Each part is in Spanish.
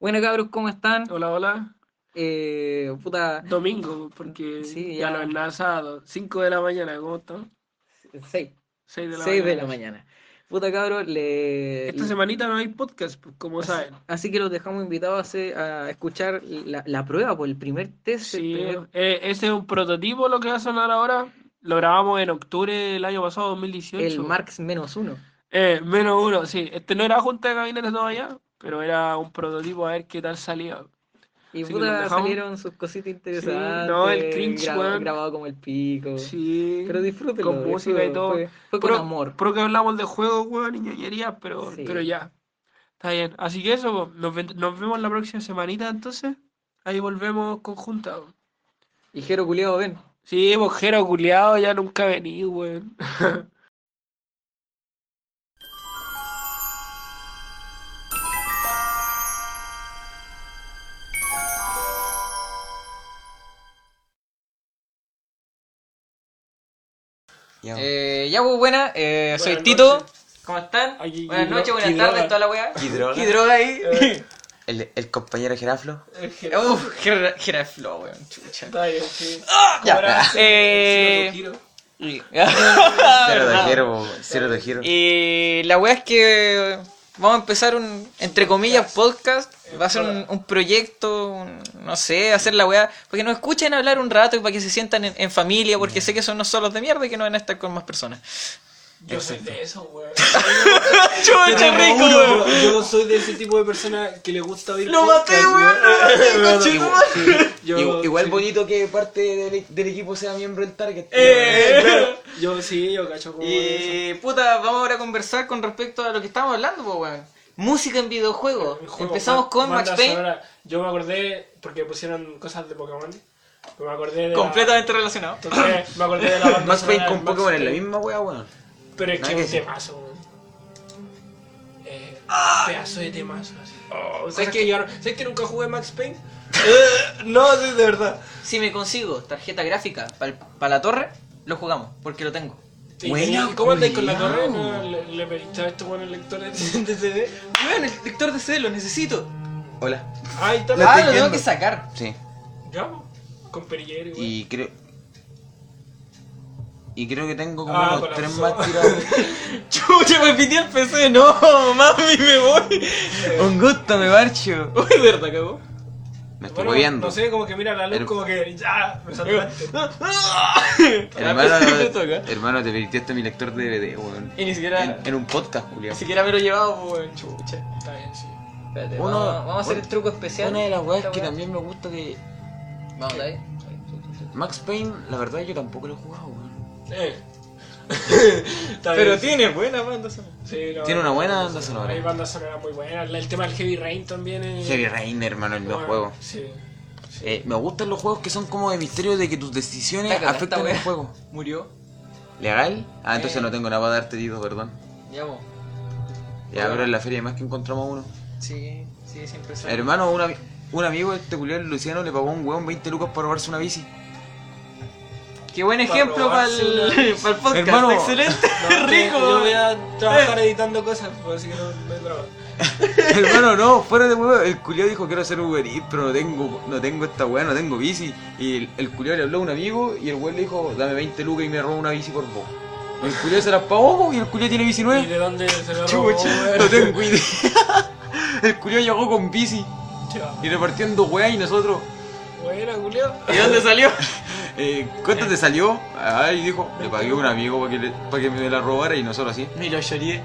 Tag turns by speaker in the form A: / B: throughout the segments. A: Bueno, cabros, ¿cómo están?
B: Hola, hola.
A: Eh, puta,
B: Domingo, porque
A: Sí, ya.
B: ya no es nada sábado. 5 de la mañana, ¿cómo estamos?
A: 6,
B: 6 de la
A: 6 de
B: mañana.
A: la mañana. Puta, cabros, le...
B: Esta
A: le-
B: semanita no hay podcast, pues, como
A: así,
B: saben.
A: así que los dejamos invitados a, hacer- a escuchar la, la prueba por el primer test. el
B: Sí,
A: primer-
B: eh, ese es un prototipo lo que va a sonar ahora. Lo grabamos en octubre del año pasado, 2018.
A: el Marx menos uno.
B: Eh, menos uno, sí. Este no era junta de gabinete todavía, pero era un prototipo a ver qué tal salía.
A: Y
B: Así que los
A: puta,
B: dejamos.
A: salieron sus cositas interesantes.
B: no, el cringe,
A: grabado,
B: weón.
A: grabado como el pico.
B: Sí.
A: Pero disfrútenlo.
B: Con música y
A: disfrútenlo,
B: todo.
A: Fue, fue con
B: Pro-
A: amor.
B: Pro que hablamos de juegos, weón, y ñoñerías, pero,
A: Sí.
B: pero ya. Está bien. Así que eso, po. nos, ven- nos vemos la próxima semanita entonces. Ahí volvemos conjunta. po.
A: Y Jero Culeado, ven.
B: Sí, mojero culiado, ya nunca vení, weón.
C: Ya.
A: Eh, ya, pues buena, eh, soy
B: Buenas
A: Tito.
B: noches.
A: ¿Cómo están?
B: Ay,
A: buenas
B: Kidro-
A: noches, buenas
B: Kidroga.
A: tardes, toda la weá.
C: Kidroga.
A: ¿Qué droga ahí?
B: Eh,
C: El, el compañero Geraflo.
A: Uf, Gera- Geraflo, weón, chucha.
B: Está bien, sí.
C: Ya.
B: Ahora,
A: Eh,
B: sí, otro giro.
A: Y
D: Ah,
C: Cero de
A: Verdad.
C: giro, cero de giro.
A: Y la weá es que vamos a empezar un, entre comillas, podcast. Va a ser un, un proyecto, un- no sé, hacer la weá. Para que nos escuchen hablar un rato y para que se sientan en, en familia, porque sé que son unos solos de mierda y que no van a estar con más personas.
B: Yo soy de eso, weón.
A: ¡Chucha, rico!
D: Yo, yo soy de ese tipo de persona que le gusta oír
A: ¡Lo maté,
D: podcasts,
B: Ah,
A: weón!
C: Igual,
D: Yo,
C: igual- igual
D: sí.
C: bonito que parte del, del equipo sea miembro del Target.
D: Eh, claro. Yo sí, yo cacho como eso.
A: Y puta, vamos ahora a conversar con respecto a lo que estábamos hablando, po, weón. Música en videojuegos.
D: El juego,
A: Empezamos
D: ba-
A: con Max
D: banda
A: Payne,
D: sonora. Yo me acordé, porque pusieron cosas de Pokémon, pero me acordé de la-
A: completamente relacionado.
D: Entonces, me acordé de la banda
C: Max Payne
D: sonora
C: con
D: de Max
C: Pokémon es la
D: Payne.
C: misma wea, weón.
D: Pero es
C: Nada
D: que es
C: que
D: un
C: decir.
D: temazo, weón. Eh, pedazo de temazo, así. ¿Sabes
A: ¿sabes
D: que,
A: qué?
D: yo no- ¿sabes que nunca jugué Max Payne? Eh, no, sí, de verdad.
A: Si me consigo tarjeta gráfica para la torre, lo jugamos, porque lo tengo.
D: Sí,
C: Buena,
D: ¿y ¿Cómo andáis con la
C: culiao.
D: torre? No, le, le pediste a estos buenos lectores de CD.
A: Weón, el lector de CD lo necesito.
C: Hola.
D: Ahí está
C: La
A: ah,
C: estoy
A: lo tengo
C: viendo.
A: que sacar.
C: Sí.
D: Ya, po, con perillero igual.
C: Y creo. Y creo que tengo como
D: Ah,
C: unos
D: colapsó.
C: tres más tirados.
A: Chucha, me pitié el PC, no, mami, me voy. Un gusto, me marcho. Uy, verdad, cagó.
C: Me estoy
D: Bueno,
C: moviendo.
D: No sé, como que mira la luz,
C: El-
D: como que ya, me saltaste.
C: Hermano,
A: Ah, me toca.
C: hermano, te permitiste mi lector de DVD, weón.
A: Y ni siquiera,
C: En, en un podcast, culiao.
A: ni siquiera me lo llevaba, po, weón, chucha.
D: Está bien, sí.
A: Espérate,
C: Uno-
A: vamos, vamos a hacer
C: un-
A: el truco especial.
C: Una de las weas que
A: Esta weá.
C: también me gusta de
A: Vamos, dale.
C: Max Payne, la verdad yo tampoco lo he jugado, weón.
D: Eh. Está
A: Pero
D: bien.
A: tiene buena banda sonora.
D: Sí, no,
C: Tiene una buena
D: no,
C: banda
D: sí,
C: sonora.
D: Hay bandas sonoras muy buenas. El tema del Heavy Rain también es.
C: Heavy Rain, hermano, el
D: Bueno,
C: videojuego.
D: Sí. sí.
C: Eh, me gustan los juegos que son como de misterio de que tus decisiones
A: Está cagada esta
C: afectan el
A: wea.
C: juego.
A: Murió.
C: ¿Legal? Ah, entonces
A: Eh.
C: no tengo nada para darte, Tito, perdón.
A: Ya, po.
C: Ya, pero en la feria más que encontramos uno.
A: Sí, sí, siempre son.
C: Hermano, un, ami- un amigo este culiado Luciano le pagó a un weón 20 lucas para robarse una bici.
A: Qué buen ejemplo para
D: robarse
A: el
D: una-
A: podcast.
C: Hermano.
A: Excelente.
D: No, que
A: rico.
D: Yo voy a trabajar
C: Eh.
D: editando cosas, pues, así que no me trabajo.
C: Hermano, no, fuera de huevo. El culiado dijo quiero hacer Uber Eats, pero no tengo, no tengo esta weá, no tengo bici. Y el, el culiao le habló a un amigo y el weón le dijo, dame 20 lucas y me robo una bici por vos. El culiado se las pagó y el culiado tiene bici
D: ¿Y
C: nueva.
D: de dónde se lo robó?
C: Eh. Chucha,
D: weón?
C: no tengo idea. El culiado llegó con bici
D: Ya.
C: y repartiendo weá y nosotros.
D: Buena, Julio.
A: ¿Y dónde salió?
C: Eh, ¿Cuánto te salió? Ay, dijo, le pagué a un amigo para que, le- pa' que me la robara y nosotros así.
A: Me lo lloré.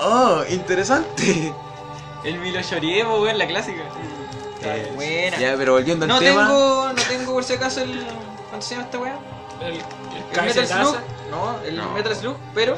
C: ¡Oh, interesante!
A: El me lo lloré, po, weón, la clásica.
C: Eh,
A: Buena.
C: Ya, pero volviendo al
A: No
C: tema.
A: tengo, no tengo por si acaso el. ¿Cuánto se llama esta weá?
D: El, el
A: El Metal Slug.
D: Kaisetaza.
A: No, el
C: No.
A: Metal Slug, pero.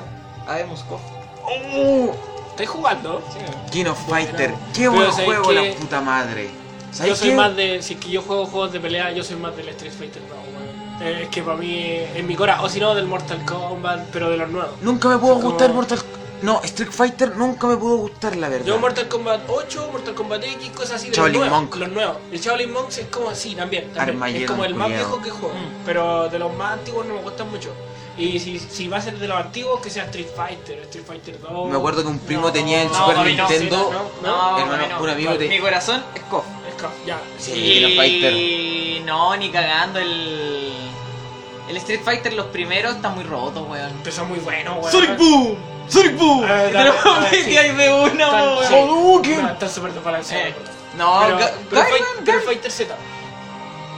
A: A ver, Moscú.
C: ¡Oh!
D: ¿Estáis jugando?
C: King of Fighter.
D: Pero-
C: ¡Qué buen
D: pero ¿sabes
C: juego,
D: qué?
C: la puta madre!
D: Yo
C: ¿Sabes
D: soy
C: qué?
D: más de. Si es que yo juego juegos de pelea, yo soy más del Street Fighter 2, weón. Eh, Es que para mí, en mi cora, o si no, del Mortal Kombat, pero de los nuevos.
C: Nunca me puedo
D: Como-
C: gustar Mortal No, Street Fighter nunca me pudo gustar, la verdad.
D: Yo Mortal Kombat 8, Mortal Kombat X, cosas así de los
C: Shaolin
D: nuevos,
C: Monk.
D: los nuevos. El Shaolin Monks es como así también. también.
C: Armageddon,
D: es como el más
C: culiao.
D: viejo que juego. Pero de los más antiguos no me gustan mucho. Y si, si va a ser de los antiguos, que sea Street Fighter, Street Fighter 2.
C: Me acuerdo que un primo
D: No,
C: tenía el
D: no,
C: Super
D: a mí no,
C: Nintendo.
D: sí, no, no,
A: No,
C: Hermano,
A: no,
C: un amigo
A: mi-
C: de-
A: Mi corazón es KOF.
D: es ca- ya.
C: Sí,
A: y...
C: Street Fighter.
A: No, ni cagando el... El Street Fighter, los primeros, está muy roto, weón.
D: Empezó muy bueno, weón.
A: ¡Sonic Boom! ¡Sonic Boom!
D: A ver,
A: Y
D: dale,
A: te lo
D: a ver, sí.
A: metías de una,
D: Tan-
A: weón.
D: sí.
C: Hadouken.
D: No, está súper desbalanceado.
A: Eh, no,
D: pero,
A: Ga-
D: pero
A: Guy,
D: Fight-
A: weón,
D: pero
A: Guy.
D: Fighter Z.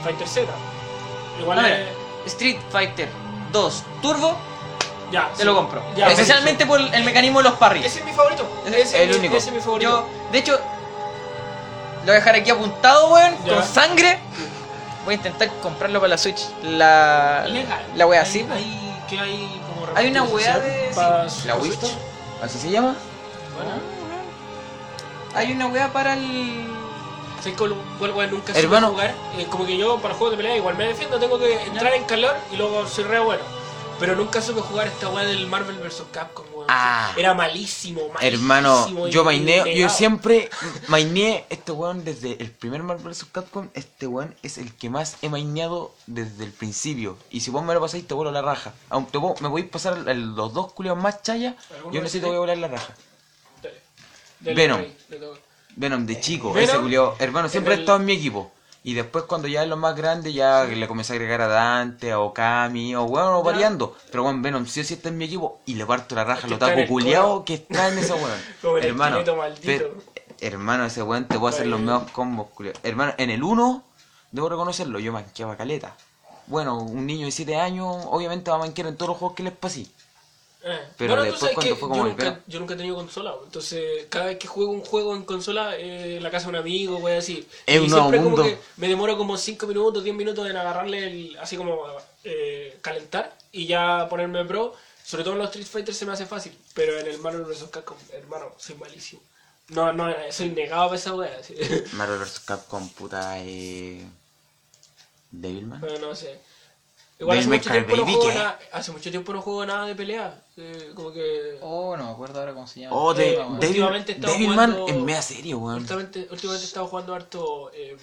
D: Fighter Z. Igual eh,
A: A
D: es-
A: ver, Street Fighter 2 Turbo,
D: Ya.
A: te
D: sí.
A: lo compro.
D: Ya,
A: Especialmente por el mecanismo de los
D: sí.
A: parries.
D: Ese es mi favorito. Ese es
A: el
D: mi-
A: único.
D: Ese es mi favorito.
A: Yo, de hecho, lo voy a dejar aquí apuntado, weón,
D: Ya.
A: con sangre. Voy a intentar comprarlo para la Switch. La,
D: Legal.
A: la wea
D: Hay-
A: así. weón.
D: Hay, que hay como
A: Hay una
D: remasterización
A: wea de- sí.
D: pa' su-
C: ¿La
D: pa'
C: Wisto?
D: Switch.
C: ¿Así se llama?
D: Bueno,
A: Hay una wea para el.
D: sé que cuál wea nunca
C: Hermano.
D: supe jugar. Eh, como que yo para juegos de pelea igual me defiendo, tengo que entrar en calor y luego soy re bueno. Pero nunca supe jugar esta wea del Marvel vs Capcom, weón.
C: Ah.
D: Era malísimo, malísimo.
C: Hermano,
D: y-
C: yo
D: y
C: maineo, yo
D: negado.
C: siempre maineé este weón desde el primer Marvel vs. Capcom. Este weón es el que más he maineado desde el principio. Y si vos me lo pasáis, te vuelo la raja. Aunque vos me podéis pasar a los dos culiados más chayas,
D: ¿Alguno
C: yo no
D: de
C: sé te
D: ustedes?
C: voy a volar la raja.
D: Dale. Dale,
C: Venom.
D: Rey, le toca.
C: Venom de chico,
D: Venom,
C: ese culiao, hermano, siempre
D: el-
C: ha estado en mi equipo. Y después cuando ya es lo más grande, ya le comencé a agregar a Dante, a Okami, o bueno, variando. Pero bueno, Venom sí o sí está en mi equipo y le parto la raja
D: Es
C: al
D: que está en
C: otaku
D: el
C: culiao
D: coro.
C: que está en ese weón.
D: Como el
C: hermano,
D: esqueleto maldito.
C: pe- hermano, ese weón te puedo hacer los
D: Ay.
C: mejores combos, culiao. Hermano, en el 1, debo reconocerlo, yo manqueaba caleta. Bueno, un niño de 7 años obviamente va a manquear en todos los juegos que les pasé.
D: Eh,
C: Pero
D: bueno, tú
C: después
D: sabes
C: cuando
D: que
C: fue como
D: yo
C: el
D: nunca,
C: verano.
D: yo nunca he tenido consola, weón. entonces cada vez que juego un juego en consola, eh, en la casa de un amigo, voy así.
C: Es
D: y
C: un nuevo
D: siempre
C: mundo.
D: como que me demoro como 5 minutos, 10 minutos en agarrarle el, así como eh, calentar y ya ponerme pro. Sobre todo en los Street Fighter se me hace fácil, pero en el Marvel vs. Capcom, hermano, soy malísimo. No, no, eh, soy negado para esa wea. así.
C: Marvel vs. Capcom, puta, eh... Devilman.
D: Pero no sé. Igual
C: Del
D: hace mucho,
C: Mecha
D: tiempo no
C: Baby,
D: juego
C: ¿qué?
D: nada- hace mucho tiempo no juego nada de pelea. eh, como que...
A: Oh, no me acuerdo ahora cómo se llama.
C: Oh, de,
D: Eh,
C: Devil,
D: últimamente he estado
C: Devilman
D: jugando-
C: en media serie, weón.
D: Últimamente, últimamente he estado jugando harto eh,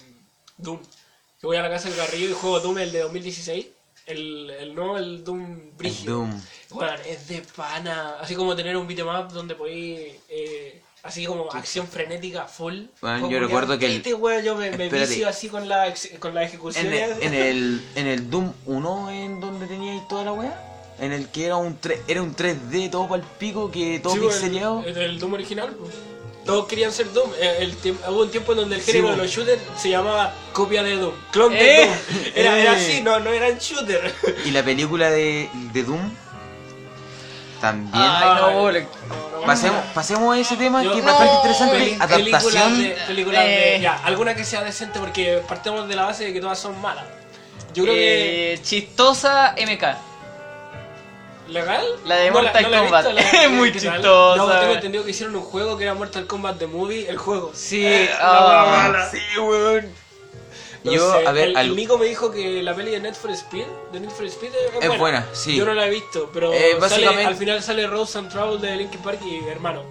D: Doom. Yo voy a la casa del Garrillo y juego Doom, el de 2016. El, el nuevo, el Doom Brígido.
C: Doom.
D: Weón, es de pana. Así como tener un beatmap donde podéis. eh, así como acción frenética full.
C: Weón,
D: Como
C: yo
D: que,
C: recuerdo que el-
D: Este weón, yo me, me
C: Espérate.
D: vicio así con la, ex- con la ejecución.
C: En el, en el, en el Doom 1, en donde tenía ahí toda la weá, en el que era un, tre- era un 3D todo pa'l pico, que todo
D: Sí, weón,
C: pixeleado.
D: el, el Doom original, pues. Todos querían ser Doom. Eh, el tiemp- hubo un tiempo en donde el
C: Sí,
D: género de
C: weón.
D: los shooters se llamaba copia de Doom, clon de
A: pues. Eh,
D: Doom. Era, era
C: eh.
D: así, no, no eran shooters.
C: Y la película de, de Doom también.
A: Ay, no, bole.
C: pasemos, pasemos a ese tema
D: Ah, Yo-
C: que es
D: No,
C: bastante interesante.
D: Peli-
C: Adaptación.
D: Películas de, películas de-
A: Eh.
D: Ya, alguna que sea decente porque partimos de la base de que todas son malas. Yo creo
A: Eh, Chistosa MK.
D: que. ¿Legal?
A: la de Mortal
D: la he
A: Kombat.
D: la-
A: Es muy
D: ¿qué tal?
A: chistosa.
D: No, pues, tengo entendido que hicieron un juego que era Mortal Kombat The Movie, el juego.
A: Sí,
D: Eh,
A: ah.
D: la wea mala.
C: Sí, weón.
D: No
C: Yo,
D: sé,
C: a ver,
D: el,
C: al-
D: el Nico me dijo que la peli de Need for Speed, de Need for Speed es, es
C: Es buena, sí.
D: Yo no la he visto, pero
C: Eh,
D: sale-
C: básicamente-
D: al final sale Rose and Trouble de Linkin Park y hermano.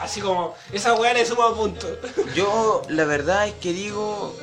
D: Así como, esa weá le suma puntos.
C: Yo la verdad es que digo,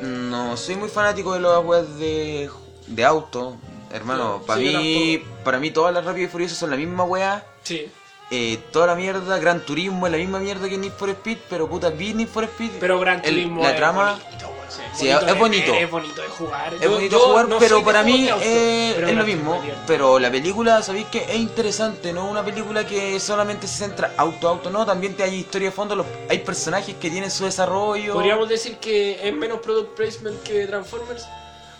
C: no soy muy fanático de las weas de, de auto, hermano.
D: Sí,
C: para
D: yo
C: mí, para mí todas las Rápidas y Furiosas son la misma wea.
D: Sí,
C: eh, toda la mierda, Gran Turismo es la misma mierda que Need for Speed, pero puta, vi Need for Speed.
D: pero Gran
C: el-
D: Turismo
C: la
D: es
C: trama,
D: bonito, weón.
C: Sí, es
D: de
C: bonito.
D: ver, es bonito de jugar.
C: es bonito jugar, pero para mí eh, es lo mismo.
D: Pero...
C: Pero la película, sabéis que es interesante, no una película que solamente se centra auto, auto, no. También te hay historia de fondo, los- hay personajes que tienen su desarrollo.
D: Podríamos decir que es menos product placement que Transformers.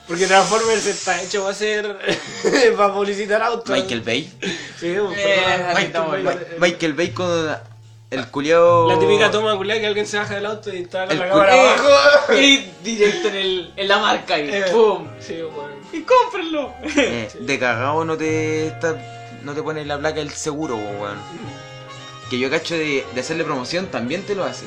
D: Porque Transformers está hecho va a ser para publicitar autos.
C: Michael Bay.
D: Sí, weón,
A: Eh,
D: perdón,
A: ahí estamos,
D: Michael
A: Michael-
D: Bay.
C: Ma- Michael Bay con el culiao.
D: La típica toma culiada que alguien se baja del auto y está con
C: El
D: la
C: cul-
D: cámara
C: ¡Eh!
D: abajo.
A: Y directo en, el, en la marca y
D: Eh.
A: ¡pum!
D: Sí, weón.
A: ¡Y cómprenlo!
C: Eh, de cagado no te está, no te pone la placa del seguro, po, weón. Que yo cacho de, de hacerle promoción también te lo hace.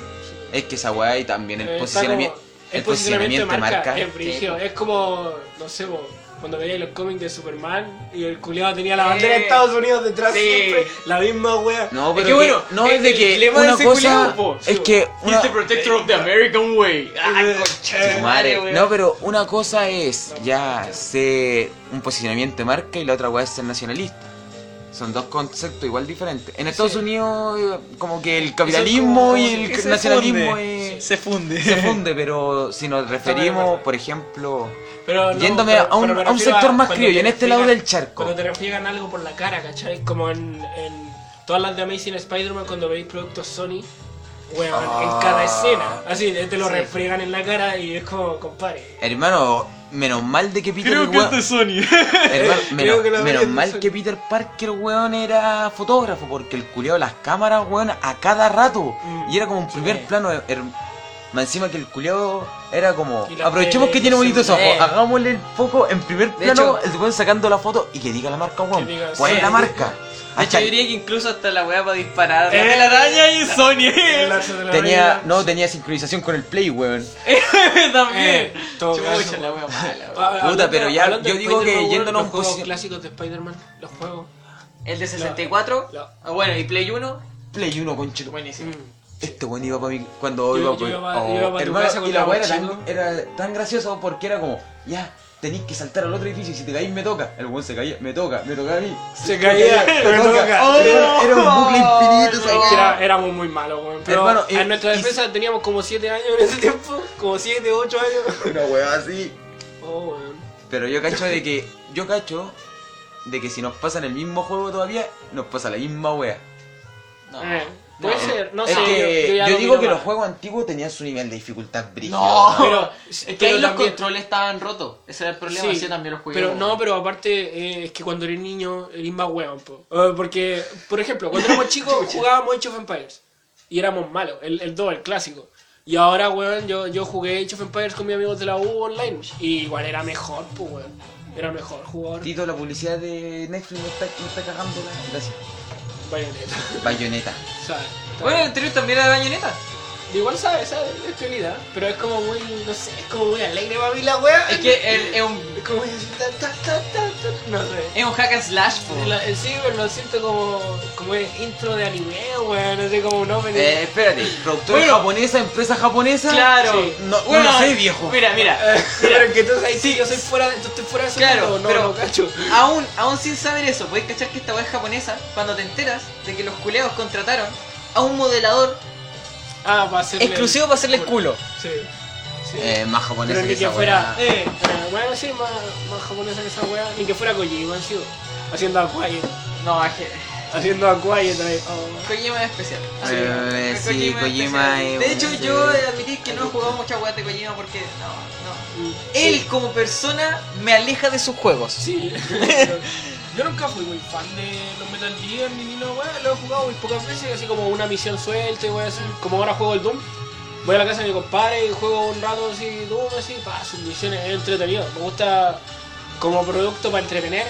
C: Es que esa weá y también el
D: Eh, está
C: posicionamiento.
D: como-
C: El posicionamiento de marca.
D: Es brillo, es como, no sé, bo, cuando veía los cómics de Superman y el culiado tenía la bandera
A: Eh.
D: de Estados Unidos detrás
A: Sí.
D: siempre, la misma wea.
C: No, pero
A: que bueno,
C: no
A: es
C: es de
A: el
C: que
A: lema de
C: una
A: ese
C: cosa
A: culiao, po. este
C: es que una,
E: He's the protector of the American way.
D: eh,
A: Ay, concha de
C: tu
A: madre,
C: madre.
A: weón.
C: No, pero una cosa es ya ser un posicionamiento de marca y la otra weá es ser nacionalista. Son dos conceptos igual diferentes. En Estados Unidos, eh, como que el capitalismo
A: como-
C: y
A: que
C: el
A: se
C: nacionalismo
A: funde.
C: eh,
A: se funde.
C: se funde, pero si nos referimos,
D: verdad.
C: por ejemplo,
D: Pero no,
C: Yéndome
D: pero-
C: a un-
D: pero me
C: a un
D: refiero
C: sector más
D: cuando
C: criollo,
D: te
C: en este lado
D: refriegan-
C: del charco.
D: Cuando te refriegan algo por la cara, ¿cachai? Como en, en todas las de Amazing Spider-Man cuando veis productos Sony, weón,
C: Ah.
D: en cada escena. Así, te te lo refriegan en la cara y es como, compadre.
C: hermano, menos mal de que Peter
E: Creo que
C: weón-
E: este es Sony.
C: Hermano, menos,
D: que la
C: menos
D: mayoría
C: mal
D: son-
C: que Peter Parker, weón, era fotógrafo, porque el culiao las cámaras, weón, a cada rato.
D: Mm,
C: y era como un primer
D: sí.
C: plano. her- más encima que el culiao era como,
D: Y la
C: aprovechemos
D: tele,
C: que tiene
D: sí,
C: bonitos ojos,
A: eh.
C: hagámosle el foco en primer
A: De
C: plano,
A: hecho-
C: el weón sacando la foto y que diga la marca, weón.
D: Que diga,
C: ¿Cuál
D: sí.
C: es la marca?
A: De hecho,
C: ¿Cachai?
A: Ah, yo diría que incluso hasta la weá para disparar.
D: Eh,
A: La araña y Sony.
D: el lazo de la
C: Tenía,
D: vida.
C: no, tenía sincronización con el play, weón.
A: También.
D: Eh, todo
A: Chucha,
D: caso.
A: la weá mala.
D: Ah,
C: Puta,
D: hablando-
C: pero ya,
D: hablando
C: yo
D: de
C: digo que
D: Spider-Man,
C: yéndonos
D: weón,
C: un
D: Los juegos
C: posi-
D: clásicos de Spider-Man, los juegos.
A: El de 64.
D: No.
A: Ah, Bueno, y Play 1.
C: Play uno, conchito.
D: Mm.
A: Buenísimo.
C: Este weón iba para mí cuando
D: Yo-
C: iba
D: yo
C: pa-
D: iba-
C: oh,
D: yo iba pa tu
C: hermano,
D: casa con
C: y la
D: la
C: weá era
D: mochila.
C: tan, era tan gracioso porque era como, ya, tenéis que saltar al otro edificio y si te caís me toca. El weón se caía, me toca, me toca a mí.
D: Se caía,
C: me toca. Oh. Era, era un bucle infinito esa
D: Es
C: weá.
D: que era- éramos muy malos, weón. Pero
C: Hermano,
D: en
C: y-
D: nuestra
C: y-
D: defensa teníamos como 7 años en ese tiempo. Como 7, 8 años.
C: Una weá así.
D: Oh, weón.
C: Pero yo cacho de que, yo cacho de que si nos pasan el mismo juego todavía, nos pasa la misma weá.
A: No.
D: Eh, puede ser, no
C: es
D: sé.
C: que yo,
D: ya lo
C: digo
D: miro
C: que
D: mal.
C: los juegos antiguos tenían su nivel de dificultad brillo.
D: Pero,
A: Es que
D: pero
A: ahí los
D: también-
A: controles estaban rotos. Ese era el problema.
D: sí,
A: Yo también los jugué.
D: Pero no, pero aparte eh, es que cuando eres niño eres más hueón, po. Eh, porque, por ejemplo, cuando éramos chicos jugábamos Age of Empires y éramos malos, el, el 2, el clásico. Y ahora, weón, yo, yo jugué Age of Empires con mis amigos de la U online y igual era mejor, pues, weón. Era mejor jugador.
C: Tito, la publicidad de Netflix me está, me está cagando la... Gracias.
D: Bayonetta,
C: Bayoneta.
D: ¿sabes?
A: Bueno, el anterior también era de bañoneta.
D: Igual sabes, sabes, es calidad, pero es como muy, no sé, es como muy alegre para mí la weá.
A: Es que el- es un,
D: Es como ta, ta, ta, ta, ta, no sé.
A: es un hack and slash. po.
D: La- El sí, pero lo siento como, como es intro de anime, weón, no sé, como un opening.
C: Eh, espérate, productora
A: Bueno.
C: japonesa, empresa japonesa.
A: Claro.
D: Sí.
C: No, no lo sé, viejo.
A: Mira, mira.
D: Eh, pero es que entonces ahí sí, yo soy fuera de, yo estoy fuera de ese
A: Claro,
D: mundo, no,
A: pero-
D: no cacho.
A: Aún, aún sin saber eso, podéis cachar que esta weá es japonesa. Cuando te enteras de que los culeados contrataron a un modelador
D: Ah, va a ser
A: exclusivo para hacerle el culo.
D: Sí, sí.
C: Eh, más
D: pero
C: japonesa
D: ni que,
C: esa
D: fuera,
C: weá.
D: eh, eh, bueno, sí, más, más japonesa que esa weá, ni que fuera Kojima, sí, haciendo a Quiet,
A: No, es que.
D: haciendo a Quiet ahí, oh.
A: Kojima es especial. Ah,
C: Sí. Eh,
A: Es
C: sí, Kojima es
A: De hecho,
C: bueno,
A: yo eh,
C: sí.
A: he de admitir que no he jugado muchas weas de Kojima porque. No, no. Él, como persona, me aleja de sus juegos.
D: Sí. Yo nunca fui muy fan de los Metal Gear ni nada, weón. Lo he jugado muy pocas veces, así como una misión suelta y weón, así. Como ahora juego el Doom. Voy a la casa de mi compadre y juego un rato así, Doom, así. Pa, sus misiones es entretenido. Me gusta como producto para entretener,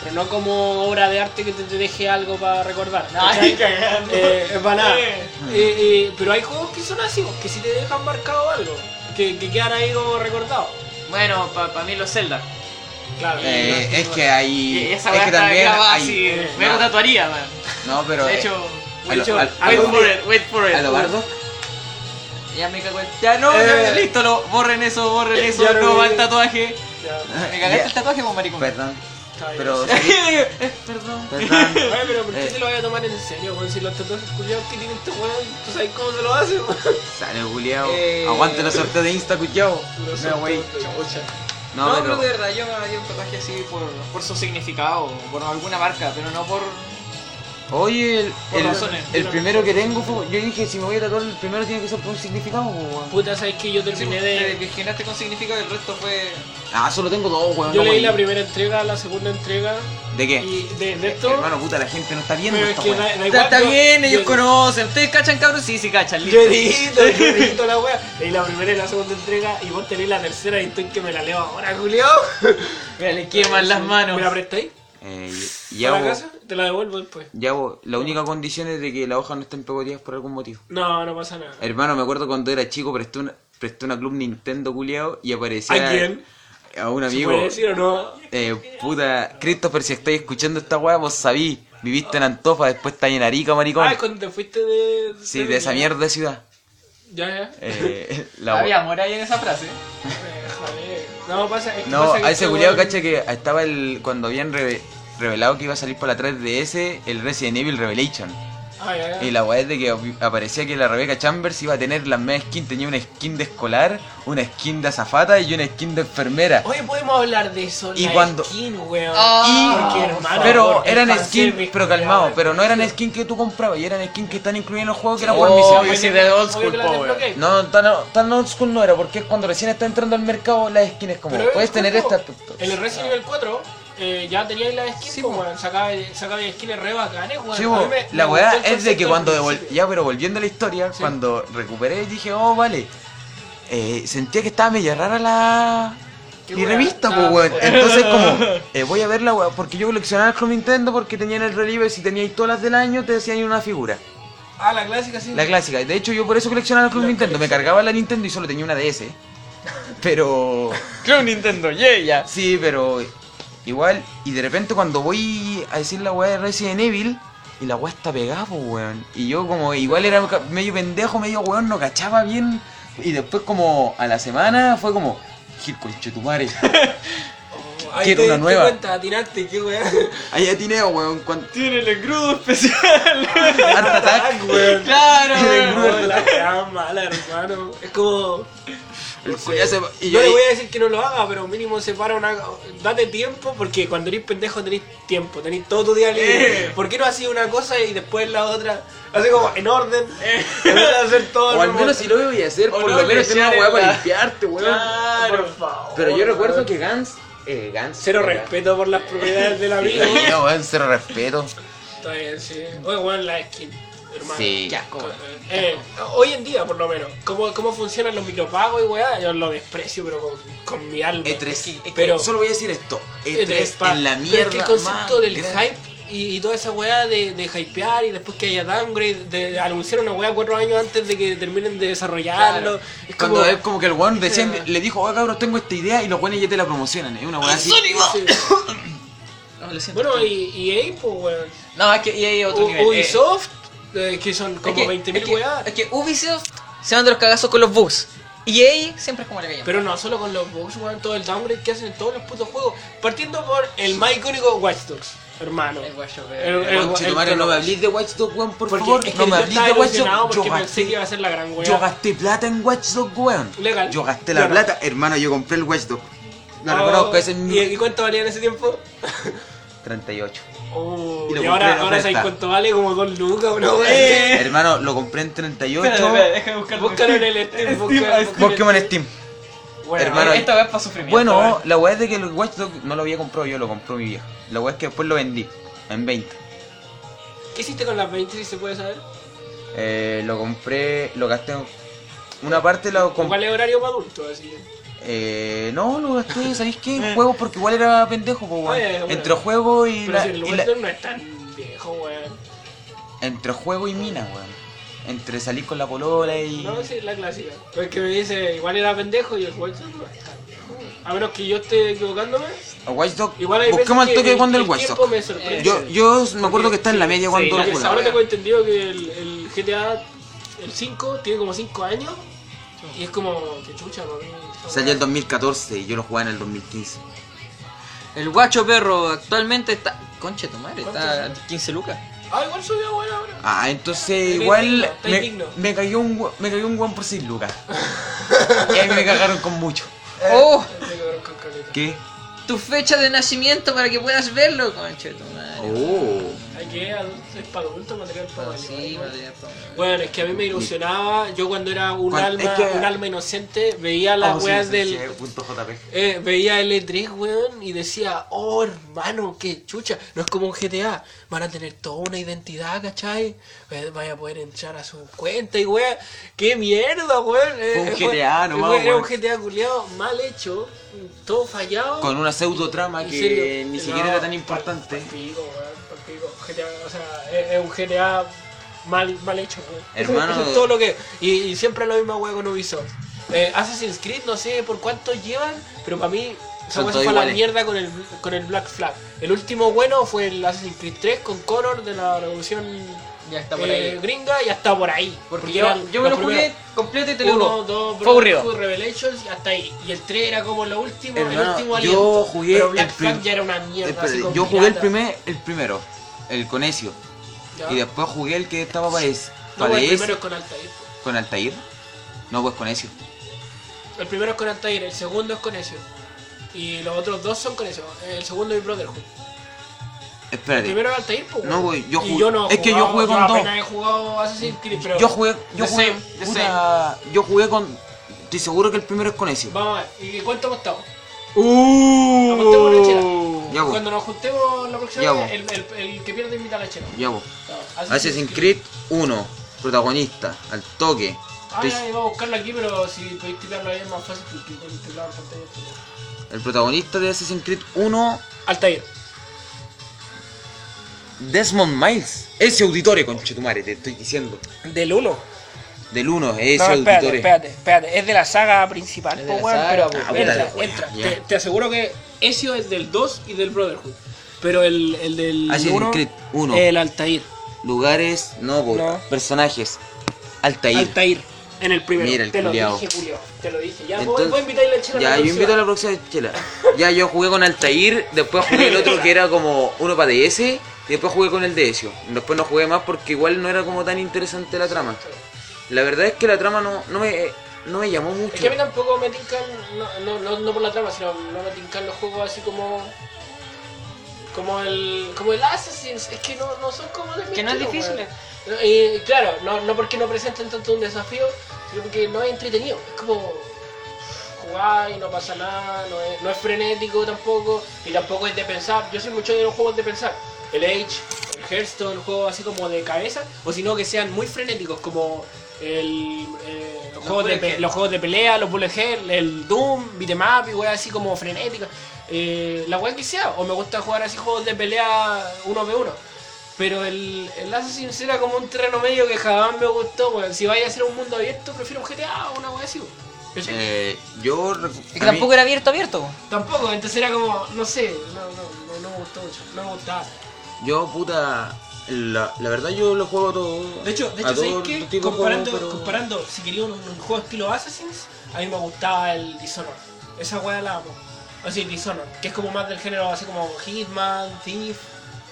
D: pero no como obra de arte que te, te deje algo para recordar. ¿cachai?
A: cagando.
D: Eh, es banal.
A: Eh.
D: Eh, eh, pero hay juegos que son así, que si te dejan marcado algo, que, que quedan ahí como recordados.
A: Bueno, para mí los Zelda.
D: Claro.
C: Eh, es que ahí.
A: Y
C: Es
A: esa wea
C: que
A: está
C: también.
A: grabada
C: hay-
A: así.
D: eh,
A: Me lo
C: no.
A: tatuaría, man.
C: No, pero.
A: De
C: eh,
A: hecho.
C: a lo-
D: hecho,
C: a-
A: Wait
C: a-
A: for it, wait for it.
C: a lo bardo.
A: Ya me cago en... Ya no, ya,
D: Eh.
A: listo, lo, borren eso, borren
D: Ya,
A: eso,
D: ya
A: no
D: lo
A: va
D: vi.
A: el tatuaje.
D: Ya,
A: Me cagaste
C: Ya.
A: el tatuaje, vos maricón.
C: Perdón.
D: está bien.
C: Pero.
A: Eh, Perdón.
C: Perdón.
D: Oye, pero ¿por qué
C: Eh.
D: se lo vaya a tomar en serio, weón? Si los tatuajes culiados que tienen estos weón, ¿tú sabes cómo se lo hacen, weón?
C: Sale, Juliao.
A: Eh.
C: Aguante los sorteos de Insta, culiao.
D: Los
C: No, wey.
D: sorteos de-
A: No,
C: No,
A: pero de
C: pero.
A: verdad, yo me haría un tatuaje así por, por su significado, por alguna marca, pero no por...
C: Oye, el,
A: Por
C: el-
A: razones.
C: el primero que tengo fue. Yo dije, si me voy a tatuar, el primero tiene que ser por un significado, weón.
D: Puta, ¿sabes que Yo terminé
A: Te
D: de...
A: virginaste con significado y el resto fue...
C: Ah, solo tengo dos, weón.
D: Yo
C: no,
D: leí
C: weón.
D: la primera entrega, la segunda entrega,
C: ¿De qué?
D: y de, de esto...
C: Hermano, puta, la gente no está viendo
D: Pero es
C: esta
D: que
C: weá.
D: da- da
A: Está,
D: igual,
A: está
D: yo-
A: bien, ellos
D: yo-
A: conocen. ¿Ustedes cachan, cabros? Sí, sí, cachan.
D: Yo
A: listo.
D: edito, yo edito la wea. Leí la primera y la segunda entrega, y vos tenés la tercera y estoy que me la leo ahora, Julio.
A: Mira, le queman las manos.
D: ¿Me la prestáis?
C: Eh, y- ya,
D: ¿Para la
C: vos-
D: casa? Te la devuelvo después.
C: Ya, vos, la única condición es de que las hojas no estén pegoteadas por algún motivo.
D: No, no pasa nada.
C: Hermano, me acuerdo cuando era chico, presté una, presté una club Nintendo culiao y aparecía.
D: ¿A quién?
C: a un
D: ¿Se
C: amigo.
D: puede decir o no?
C: Eh, puta, Christopher, si estáis escuchando esta weá, vos sabí, viviste en Antofa, después estáis en Arica, maricón.
D: Ah, cuando te fuiste de...
C: Sí, de esa mierda de ciudad.
D: Ya, ya.
C: Eh, la
A: Había
C: weá.
A: amor ahí en esa frase.
D: Eh, joder. No, pasa... es que
C: No,
D: pasa que
C: a ese
D: este
C: culiado,
D: weón-
C: cacha que estaba el. Cuando habían reve- revelado que iba a salir para la 3DS, el Resident Evil Revelation.
D: Ah, ya, ya.
C: Y la weá es de que ob- aparecía que la Rebecca Chambers iba a tener las medias skin, tenía una skin de escolar, una skin de azafata y una skin de enfermera.
D: Oye, podemos hablar de eso.
C: Y
D: la
C: cuando-
D: skin, weón.
A: Ah,
D: Porque,
A: por
D: hermano,
C: Pero
D: porque
C: eran
D: el
C: skins,
D: fanservice,
C: pero
D: culiao,
C: calmado,
D: es
C: pero no eran
D: perfecto.
C: skins que tú comprabas, y eran skins que están incluidas en los juegos que eran por
A: Oh,
C: misión.
A: yo soy de old
D: Obvio
A: school,
D: que la
A: po, weón.
D: desbloqueé.
C: No, tan, tan old school no era, porque es cuando recién está entrando al mercado las skins, como
D: Pero
C: puedes
D: el
C: tener
D: juego,
C: estas.
D: En el Resident Evil 4 eh, ya teníais las skins,
C: Sí,
D: po,
C: po.
D: weón. Sacaba, sacaba skins re bacanes, weón.
C: Sí,
D: A
C: bo,
D: mí me-
C: la
D: me
C: weá
D: gustó el
C: es de que
D: concepto
C: cuando
D: al
C: devol-
D: principio.
C: ya, pero volviendo a la historia,
D: Sí.
C: cuando recuperé dije, oh, vale, eh, sentía que estaba media rara la...
D: Qué
C: Mi
D: weá,
C: revista,
D: estaba
C: pues, weón.
D: mejor.
C: Entonces, como, eh, voy a ver la weá, porque yo coleccionaba el Club Nintendo porque tenían el relieve, si teníais todas las del año, te decían una figura.
D: Ah, la clásica, sí.
C: La clásica. De hecho, yo por eso coleccionaba el Club
D: La
C: Nintendo. Me cargaba la Nintendo y solo tenía una DS. Pero...
A: Creo un Nintendo, yeah, ya.
C: Sí, pero igual, y de repente cuando voy a decir la weá de Resident Evil, y la weá está pegada, po, weón. Y yo como igual era ca- medio pendejo, medio weón, no cachaba bien. Y después como a la semana fue como, Gil conchetumare.
D: Oh, Ahí
C: Quiero
D: te
C: una
D: diste
C: nueva.
D: cuenta, atinaste, qué weá.
C: Ahí atineo, weón, cuando...
E: Tiene el engrudo especial.
C: Art Attack.
D: weón.
A: Claro,
C: El
A: weón.
C: Gruber.
D: No, la weá mala, hermano. Es como.
C: El culiao se- y yo
D: no le
C: ahí-
D: voy a decir que no lo haga, pero mínimo separa una. Date tiempo, porque cuando eres pendejo tenés tiempo, tenés todo tu día
C: Eh.
D: libre. ¿Por qué no haces una cosa y después la otra? Así como en orden, en vez de hacer todo.
C: Eh. O
D: al
C: al
D: mismo
C: menos si lo voy a hacer,
E: O
C: por
E: no
C: lo menos tenía
E: lesear
C: una weá
E: en
C: para
E: la-
C: limpiarte, weón.
E: Claro.
D: Por favor,
C: Pero yo
D: weón.
C: recuerdo que Gans... Eh, Gans...
D: Cero
C: era-
D: respeto por las propiedades del amigo.
C: No, weón, cero respeto.
D: Está bien, sí. Oye, weón, la skin, hermano.
C: Sí.
A: Qué asco, weón.
D: Eh, hoy en día, por lo menos, cómo, cómo funcionan los micropagos y weá, yo lo desprecio, pero con, con mi alma.
C: E3,
D: Pero-
C: pero solo voy a decir esto.
D: Eh,
C: E3,
D: pa-
C: en la
D: pero es
C: mierda.
D: que el concepto
C: más
D: del
C: grande.
D: hype y, y toda esa weá de, de hypear y después que haya downgrade, de anunciar una weá cuatro años antes de que terminen de desarrollarlo. Es
C: Cuando
D: como-
C: es como que el weón recién
D: Eh.
C: le dijo, oh cabros, tengo esta idea y los weones ya te la promocionan. Es una weá así.
D: Sí.
A: No, lo siento.
D: Bueno, y, y EA, pues weón.
A: No, es que EA es otro
D: U-
A: nivel. eh.
D: Ubisoft, eh, que son como
A: es que,
D: 20.000
A: es que-
D: weá.
A: es que Ubisoft se van de los cagazos con los bugs. Y EA siempre es como la caña.
D: Pero no solo con los bugs, weón, todo el downgrade que hacen en todos los putos juegos. Partiendo por el más icónico Watch Dogs, hermano.
A: El guacho,
D: El-
A: weón.
D: el-
C: Conchetumare,
D: el-
C: no me hablís de Watch Dogs, weón, por
D: Porque
C: favor.
D: es que
C: no
D: yo
C: me hablís
D: estaba
C: de Watch
D: emocionado
C: Dogs. Yo
D: porque pensé que
C: gasté,
D: iba a ser la gran weá.
C: yo gasté plata en Watch Dogs, weón.
D: Legal.
C: Yo gasté la
D: Legal.
C: plata. Hermano, yo compré el Watch Dogs. pues, Lo
D: Oh,
C: reconozco, ese es
D: ¿Y,
C: mi...
D: y cuánto valía en ese tiempo?
C: 38.
D: Oh,
C: Y lo
D: y
C: compré
D: ahora,
C: en
D: ahora
C: oferta.
D: sabéis cuánto vale, como dos lucas, una weá.
C: eh. Hermano, lo compré en 38.
A: déjame buscar.
D: Búscalo en el Steam, búscalo- búscalo
C: Pokémon
D: en el
C: Steam.
D: Bueno,
C: Hermano,
D: eh,
A: Esta vez para sufrimiento.
C: Bueno,
A: weón.
C: la weá es de que el Watch Dogs no lo había comprado yo, lo compró mi vieja. La weá es que después lo vendí en 20.
D: ¿Qué hiciste con las 20 si se puede saber?
C: Eh, lo compré, lo gasté. en- Una parte la
D: ¿Con
C: compré.
D: cuál es horario para adultos? Así.
C: Eh, no, lo gasté, ¿sabéis qué? En juegos porque igual era pendejo, po, weón.
D: Ah, ya, ya,
C: Entre
D: Eh. bueno.
C: juego y,
D: Pero
C: la-
D: si el
C: Ah, y
D: Watch
C: la-
D: Dogs no es tan viejo, weón.
C: Entre juego y mina, weón. Entre salir con la polola y.
D: No, sí, la clásica. Pero es que me dice, igual era pendejo y el Watch Dogs no es tan viejo. A menos que yo esté equivocándome.
C: A Watch Dogs.
D: Igual hay veces
C: Busquemos el toque
D: que
C: cuando el
D: el
C: Watch
D: tiempo
C: Dogs.
D: me sorprende.
C: Yo, yo me acuerdo que está en la media cuando
D: Porque
C: lo
D: Ahora
C: juego.
D: tengo entendido que el, el GTA, el 5, tiene como 5 años. Y es como, que chucha, ¿no?
C: Salió el 2014 y yo lo jugaba en el 2015.
A: El guacho perro actualmente está. Conche tu madre, está
D: ¿Cuánto?
A: a 15 lucas.
D: Ah, igual subió bueno ahora.
C: Ah, entonces
D: Estoy
C: igual
D: digno, estoy
C: me,
D: digno.
C: me cayó un gu- me cayó un guan por 6 lucas. y ahí me cagaron con mucho.
A: ¡Oh!
C: ¿Qué?
A: Tu fecha de nacimiento para que puedas verlo, conche tu madre.
C: Oh.
D: Hay que adulto- es para adultos, material
C: Ah,
D: para
A: Bueno,
D: adultos.
A: sí, madre, por favor.
D: Bueno, es que a mí me ilusionaba, yo cuando era un
C: Cuando-
D: alma,
C: es que- Ah,
D: un alma inocente,
C: Oh,
D: veía las weas del, Eh, veía L3, weón, y decía, oh, hermano, qué chucha. No es como un GTA. Van a tener toda una identidad, ¿cachai? Eh, Vaya a poder entrar a su cuenta y weón. ¡Qué mierda, weón! Eh,
C: Fue un
D: eh,
C: GTA
D: fue-
C: nomás,
D: fue- Era un
C: weón.
D: GTA culiado mal hecho, todo fallado.
C: Con una pseudo trama
D: En
C: que
D: serio.
C: ni siquiera
D: No,
C: era tan
D: pal-
C: importante.
D: pal pico, weón, pal pico. GTA, o sea, es, es un GTA mal, mal hecho, weón. Eso-
C: Hermano-
D: eso es todo lo que. Y, y siempre la misma weón con Ubisoft. Eh, Assassin's Creed, no sé por cuánto llevan, pero para mí Esa
C: Son todos
D: weá se fue a la
C: iguales.
D: mierda con el, con el Black Flag. El último bueno fue el Assassin's Creed 3 con Connor de la revolución
F: Ya está por ahí.
D: eh, gringa y hasta por ahí.
A: Porque yo,
D: eran
A: yo me lo
D: los
A: jugué
D: primeros
A: completo y te lo
D: Uno,
A: juro.
D: dos,
A: Fue aburrido.
D: Brotherhood, Revelations y hasta ahí. Y el 3 era como lo último, el
C: Hermano, yo
D: último aliento.
C: jugué
D: Pero Black
C: el
D: Flag
C: prim-
D: ya era una mierda.
C: Espérate,
D: así con
C: Eh, yo jugué el,
D: piratas,
C: primer, el primero, el Conecio.
D: ¿ya?
C: Y después jugué el que estaba para es-
D: No,
C: para
D: el
C: es-
D: primero es con Altair. pues.
C: con Altair. No, pues Conecio.
D: El primero es con Altair, el segundo es con Ezio. Y los otros dos son con Ezio. El segundo es Brotherhood. El
C: Espérate.
D: primero es Altair, pues.
C: No, güey, yo
D: Y
C: jugué-
D: no he
C: es que yo
D: jugado,
C: jugué con
D: apenas
C: dos.
D: he jugado Assassin's Creed, pero
C: Yo jugué, yo
D: The
C: jugué,
D: same, the
C: puta, yo jugué con, estoy seguro que el primero es Conecio.
D: Vamos a ver, ¿y cuánto apostamos? Apostemos una chela.
A: Uh,
C: Ya, pues,
D: Cuando nos juntemos la próxima
C: Ya,
D: vez,
C: po.
D: el, el- el que pierde invita a la chela.
C: ya, pues.
D: Vamos,
C: Assassin's Creed 1, protagonista, al toque.
D: Ah,
C: Estoy-
D: iba a buscarlo aquí, pero si podéis tirarlo ahí es más fácil porque con el teclado en pantalla. pues.
C: El protagonista de Assassin's Creed 1,
D: Altair.
C: Desmond Miles. Ese auditore, conchetumare, te estoy diciendo.
D: Del 1.
C: Del 1, ese
D: No, espérate,
C: auditore.
D: espérate, espérate. Es de la saga principal,
F: Es de
D: po,
F: la
D: weón,
F: saga, pues.
D: pero
F: po.
C: Ah,
D: entra,
C: puta la wea,
D: entra.
C: ya.
D: Te, te aseguro que Ezio es del 2 y del Brotherhood. Pero el, el del
C: Assassin's
D: uno
C: Creed uno.
D: El Altair.
C: Lugares, no, po,
D: No.
C: personajes. Altair.
D: Altair. En el primero.
C: Mira el
D: te lo
C: culiao.
D: dije, Julio. Te lo dije. Ya,
C: Entonces-
D: vos, vos invitáis la chela a
C: Ya,
D: la
C: yo
D: próxima.
C: invito a la próxima chela. Ya, yo jugué con Altair, después jugué el otro que era como uno para DS, y después jugué con el de Ezio. Después no jugué más porque igual no era como tan interesante la trama. La verdad es que la trama no, no, me, no me llamó mucho.
D: Es que a mí tampoco me tincan, no, no, no, no por la trama, sino no me tincan los juegos así como. Como el. como el Assassin's, es que no, no son como de mi
A: Que no es
D: estilo,
A: difícil.
D: weón. No, Y claro, no, no porque no presenten tanto un desafío, sino porque no es entretenido. Es como jugar y no pasa nada, no es, no es frenético tampoco, y tampoco es de pensar. Yo soy mucho de los juegos de pensar. El Age, el Hearthstone, juegos así como de cabeza, o si no que sean muy frenéticos, como el, eh, los, juegos de,
A: bullet
D: pe-
A: hell.
D: los juegos de pelea, los bullet hell, el Doom, beat'em up y weas así como frenéticas. Eh, la wea que sea, o me gusta jugar así juegos de pelea uno v uno. Pero el, el Assassin's era como un terreno medio que jamás me gustó, weón. Si vais a hacer un mundo abierto, prefiero un GTA o una wea así, weón. ¿Cachai?
C: Eh, yo recu-
A: es que
C: a mí-
A: tampoco era abierto, abierto. po.
D: Tampoco, entonces era como, no sé, no, no, no, no me gustó mucho, no me gustaba.
C: Yo, puta. La, la verdad, yo lo juego todo.
D: De hecho, de
C: a
D: hecho ¿sabes
C: todo
D: qué?
C: tipo de
D: Comparando,
C: juegos, pero-
D: comparando, si quería un, un juego estilo Assassin's, a mí me gustaba el Dishonored. Esa weá la amo. O sea, el Dishonored, que es como más del género así como Hitman, Thief,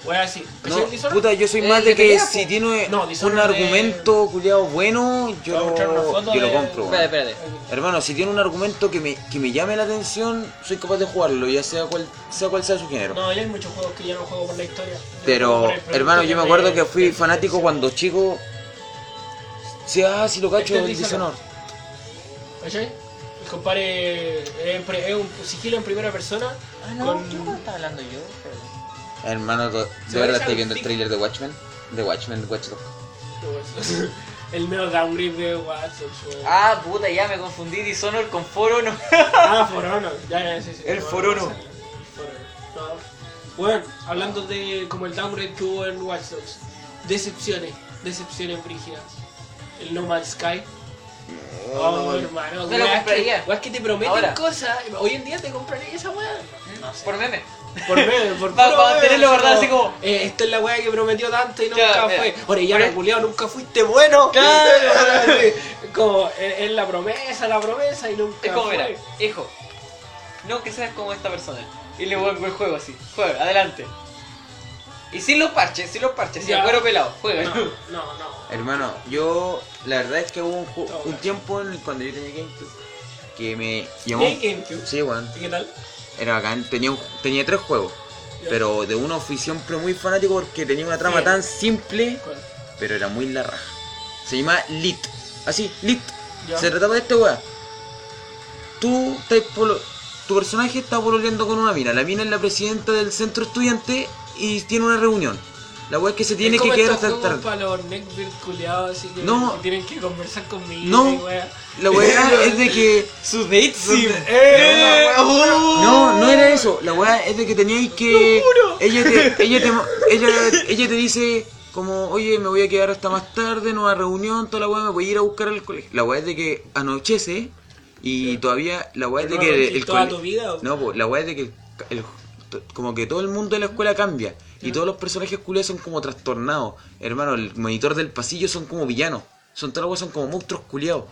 D: weá así. ¿Cachai el
C: No,
D: Dishonored?
C: puta, yo soy
A: Eh,
C: más de
A: de
C: que
A: pelea,
C: si
A: po.
C: tiene
D: No,
C: un
D: Dishonored de-
C: argumento culiado bueno,
D: Voy
C: yo
D: a
C: lo,
D: mostrar una foto
C: yo lo
D: de-
C: compro.
A: Espérate,
C: weón.
A: espérate.
C: Hermano, si tiene un argumento que me, que me llame la atención, soy capaz de jugarlo, ya sea cual sea, cual sea su género.
D: No, ya hay muchos juegos que ya no juego por la historia. Yo juego
C: Pero,
D: por el producto
C: hermano, yo me
D: de-
C: acuerdo que fui
D: de-
C: fanático cuando chico. Sí, ah, sí lo cacho,
D: Este es
C: el
D: Dishonored.
C: Dishonored.
D: ¿Cachai? El compadre es, pre- es un sigilo en primera persona.
A: Ah, no,
D: con-
A: ¿qué weón estaba hablando yo?
C: Hermano, de
D: Se
C: verdad
D: parece
C: estoy
D: al
C: viendo el
D: Thief.
C: trailer de Watchmen. De Watchmen, Watch Dogs.
D: El medio downgrade de Watson. su-
A: Ah, puta, ya me confundí Dishonor con Foro no.
D: Ah, Forono. Ya, ya, sí, sí.
A: El
D: No,
A: Forono.
D: no sé. El Forono. No. Bueno, hablando de como el downgrade que hubo en Watch Dogs. Decepciones. Decepciones brígidas. El No Man's Sky. Oh, hermano.
A: No
D: weas
A: lo
D: que-
A: compraría.
D: weas que te prometen
A: Ahora.
D: cosas. Hoy en día te compraría esa weá.
A: Por meme.
D: Por medio, por
A: Pa-
D: puro
A: pa
D: meme,
A: tenerlo guardado así como-
D: eh, esta es la weá que prometió tanto y nunca
A: Claro, mira.
D: fue. Oye, ya
A: Por
D: no,
A: el-
D: culiao, nunca fuiste bueno.
A: Claro.
D: Sí, como, "Eh, es, es la promesa, la promesa y nunca
A: Es como,
D: fue.
A: mira, hijo, no que seas como esta persona. Y le vuelvo el juego así, juega, adelante. Y sin los parches, sin los parches, sin
D: Ya.
A: el cuero pelado, juega.
D: No, no, no.
C: Hermano, yo la verdad es que hubo un, ju- un tiempo en el- cuando yo tenía GameCube que me llamó.
D: ¿Y en GameCube?
C: Sí, weón.
D: ¿Y qué tal?
C: Era bacán. Tenía, un- tenía tres juegos.
D: Ya.
C: Pero de uno fui siempre muy fanático porque tenía una trama
D: Sí.
C: tan simple,
D: ¿Cuál?
C: pero era muy la raja. Se llamaba Lit. Así, Lit.
D: Ya.
C: Se trataba de este weón. Tú estás polo- Tu personaje está pololeando con una mina. La mina es la presidenta del centro estudiante y tiene una reunión. La weá es que se tiene
D: Es
C: que
D: como
C: quedar
D: estos
C: hasta tarde.
D: juegos para los neckbeard culiados, así que
C: No.
D: tienen que conversar conmigo.
C: No.
D: y wea.
C: La weá es de que.
A: Su date sim.
D: ¡Eh!
C: No, no era eso. La weá es de que teníais que. Ella te, ella, te, ella, ella te dice, como, oye, me voy a quedar hasta más tarde, nueva reunión, toda la weá, me voy a ir a buscar al colegio. La weá es de que anochece Y todavía la weá es de
D: Pero no,
C: que
D: ¿y
C: el
D: toda
C: cole-
D: tu vida, o?
C: No, pues la weá es de que el- el- to- como que todo el mundo de la escuela cambia. Y todos los personajes culiados son como trastornados. Hermano, el monitor del pasillo son como villanos. Son todas las weas son como monstruos culiados.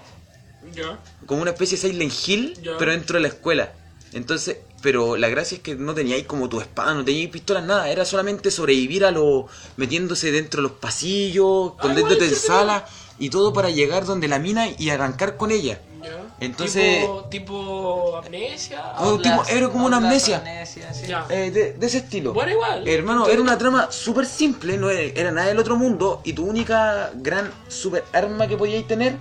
D: Ya.
C: Como una especie de Silent Hill,
D: Ya.
C: pero dentro de la escuela. Entonces, pero la gracia es que no teníais como tu espada, no teníais pistolas, nada. Era solamente sobrevivir a lo. metiéndose dentro de los pasillos, escondiéndote en sala y todo para llegar donde la mina y arrancar con ella.
D: Ya.
C: Entonces-
D: Tipo, tipo amnesia.
C: Ah, un tipo- era como una
A: Outlast,
C: amnesia.
A: amnesia, sí.
D: Ya.
C: Eh, de, de ese estilo.
D: Bueno, igual.
C: Hermano, era una trama súper simple, no era, era nada del otro mundo. Y tu única gran super arma que podíais tener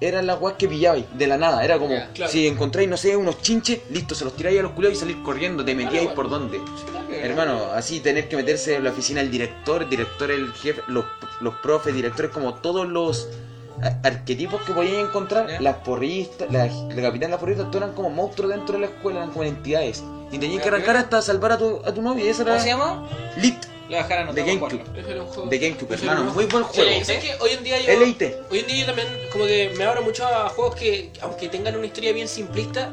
C: era la guas que pillabais de la nada. Era como
E: Ya,
D: claro.
C: si encontráis, no sé, unos chinches, listo, se los tiráis a los culos y salís corriendo. Te metíais por dónde. Hermano, así tener que meterse en la oficina del director, el director, el jefe, los, los profes, directores, como todos los a- arquetipos que podíais encontrar,
A: Ya.
C: las porristas, la, la capitán de las porristas, todos eran como monstruos dentro de la escuela, eran como entidades. Y tenías que arrancar hasta salvar a tu, a tu novia, y esa
A: ¿Cómo
C: era
A: se llama?
C: Lit
A: Le voy a dejar
C: de
A: anotado para
C: GameCube.
A: jugarlo.
D: Ese era un juego.
C: De GameCube,
D: Ese era
C: hermano,
D: un
C: muy buen
D: Sí,
C: juego.
D: ¿sabes qué? Hoy en día yo.
C: L.I.T..
D: Hoy en día yo también, como que me abro mucho a juegos que, aunque tengan una historia bien simplista,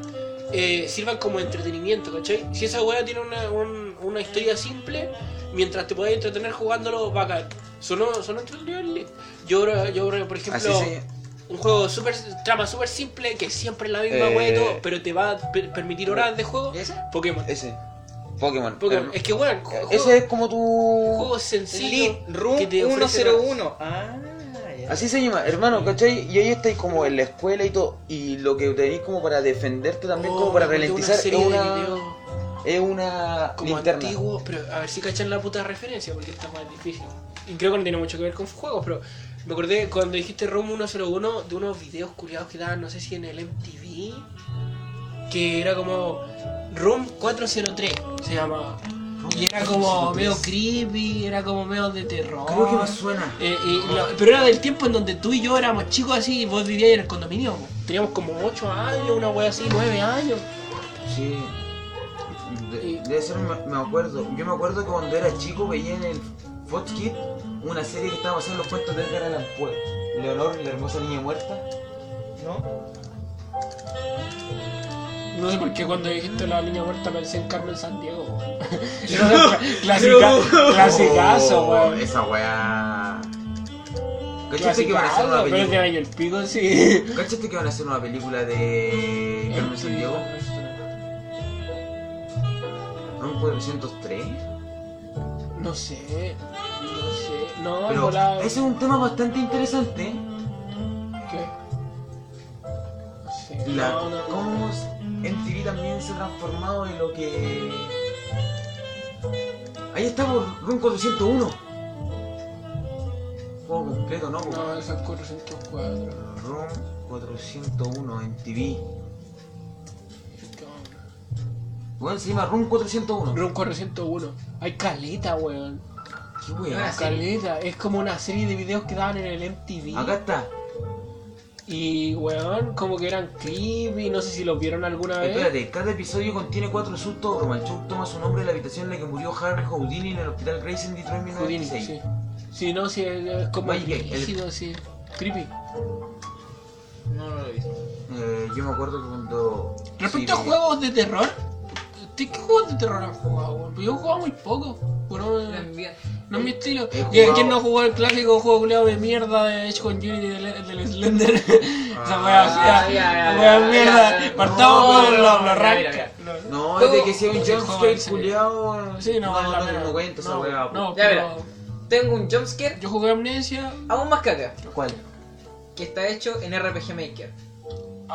D: eh, sirvan como entretenimiento, ¿cachai? Si esa weá tiene una, un- una historia simple, mientras te puedas entretener jugándolo, va a caer. Sonó, sonó entendible. Yo, creo- yo, creo, por ejemplo.
C: Así se-
D: Un juego súper, trama súper simple, que siempre es la misma
C: Eh,
D: weá y todo, pero te va a per- permitir horas de juego.
A: ¿Y ese?
D: Pokémon.
C: Ese. Pokémon.
D: Pokémon.
C: herma-
D: Es que, weón, ju-
C: Em, Ese es como tu...
D: juegos sencillos.
A: Lead Room
D: que te ofrecen-
A: 101. Ah, ya.
C: Así se llama, hermano, ¿cachai? Y ahí estáis como en la escuela y todo. Y lo que tenéis como para defenderte también, como
D: Oh,
C: para
D: me acordé de
C: ralentizar, es
D: serie de
C: una,
D: videos
C: es una
D: como
C: linterna.
D: antiguos, pero a ver si cachan la puta referencia, porque está más difícil. Y creo que no tiene mucho que ver con juegos, pero me acordé cuando dijiste Room 101 de unos videos curiados que daban, no sé si en el MTV, que era como Room 403, se llamaba. Y era como medio creepy, era como medio de terror.
C: Creo que me suena.
D: Eh, y la- pero era del tiempo en donde tú y yo éramos chicos así y vos vivías en el condominio. po. Teníamos como 8 años, una wea así, 9 años.
C: Sí. De, de eso me, me acuerdo. Yo me acuerdo que cuando era chico veía en el Fox Kids una serie que estaba haciendo los cuentos de Edgar Allan Poe. Leonor, la hermosa niña muerta.
A: ¿No?
D: No sé por qué cuando dijiste la niña muerta pensé en Carmen San Diego.
C: Oh,
D: Clasicazo, weón.
C: Esa weá. ¿Cachaste que van a hacer una
D: Clasicazo, pero te
C: película?
D: daño el pico, sí.
C: ¿Cachaste que van a hacer una película de Carmen Sandiego? ¿No? 403.
D: No sé, no sé. No,
C: Pero
D: volado.
C: ese es un tema bastante interesante. ¿eh?
D: ¿Qué? No sé.
C: La,
D: No, no, no.
C: cómo MTV también se ha transformado en lo que... Ahí está, por Room 401. Juego completo, ¿no? po?
D: No, esa es 404.
C: Room 401 MTV. Bueno, se llama Room 401.
D: Room 401. Hay caleta, weón.
C: ¿Qué wea?
D: Caleta. Es como una serie de videos que daban en el MTV.
C: Acá está.
D: Y, weón, como que eran creepy, no sé si los vieron alguna vez.
C: Espérate, cada episodio contiene cuatro sustos. Romanchuk toma su nombre de la habitación en la que murió Harry Houdini en el hospital Grace en Detroit en
D: Houdini,
C: 1996.
D: sí. Sí, no, sí, es es como
C: Oye, el-
D: rígido, sí. Creepy.
A: No, no lo he visto.
C: Eh, yo me acuerdo que cuando. sí,
D: Respecto a
C: veía-
D: juegos de terror, ¿de qué juegos de terror han jugado? weón? Yo he jugado muy poco. pero no, no es mi estilo.
C: He
D: ¿Y
C: jugado-
D: ¿Quién no jugó el clásico juego culiado de mierda de Edge con Unity del, del Slender? Esa wea
A: Ah,
D: fea,
A: ya, ya,
D: esa
A: ya,
D: wea
A: ya,
D: mierda.
A: ya. No,
D: Partamos con
A: no,
D: los
A: no,
D: los
A: mira, mira,
D: rascas.
C: No,
A: Juego-
C: es de que sea un
D: juego de joven,
C: jumpscare
D: sí.
C: culiado.
D: Sí, no, vale
C: no,
D: la
C: no,
D: pena.
C: no cuento esa
D: No,
C: weá. po.
D: no,
A: Ya verá.
D: pero
A: Tengo un jumpscare
D: yo jugué Amnesia.
A: aún más caca,
C: ¿Cuál?
A: que está hecho en RPG Maker.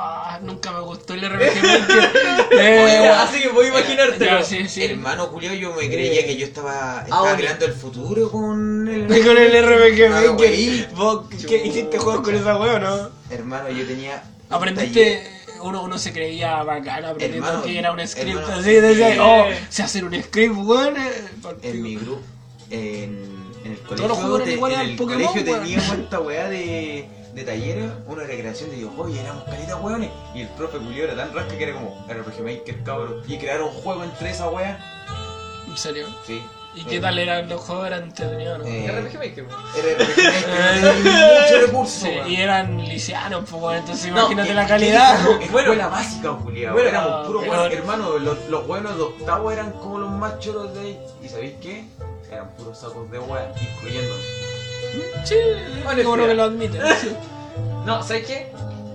D: Ah, nunca me gustó el RPG Maker. Eh,
A: Así que puedo imaginártelo.
D: ya, sí, sí.
C: Hermano culiado, yo me
D: Eh,
C: creía que yo estaba,
A: Ahora.
C: estaba creando el futuro con
D: Y
C: el.
D: con el RPG
C: Ah, güey.
D: Maker. ¿Vos qué hiciste juegos con esa wea o no?
C: Hermano, yo tenía. un taller.
D: Aprendiste. Uno, uno se creía bacán aprendiendo
C: Hermano,
D: que era un script
C: hermano.
D: así, decía,
A: Sí.
D: oh, sé hacer un script, weón. eh,
C: en mi
D: partido.
C: grupo, en, en el
D: los
C: colegio,
D: jugadores
C: te-
D: iguales
C: en
D: al
C: el
D: Pokémon,
C: colegio
D: weón.
C: teníamos esta weá de, de talleres, una recreación de videojuegos y éramos calitas weones. Y el profe Julio era tan rasca que era como RPG Maker, cabrón. Y crearon un juego entre esa weá.
D: En serio.
C: Sí.
D: ¿Y qué tal eran los juegos? Eran entretenidos, ¿no?
C: Eh,
A: RPG Maker. po.
F: Era mucho recurso,
D: Sí,
F: weón.
D: y eran lisianos, pues, bueno, entonces
A: No,
D: imagínate
F: ¿Qué-
D: la
F: qué
D: calidad.
F: dijo? Escuela básica, Julián.
C: Bueno,
F: éramos puros
D: pero-
F: weones.
C: hermano, los, los buenos de octavo eran como los más choros de ahí. ¿Y sabéis qué? Eran puros sacos de hueá, incluyéndome.
D: Sí,
C: Bueno,
D: como no
C: espera.
D: me lo admiten.
A: No, ¿sabes qué?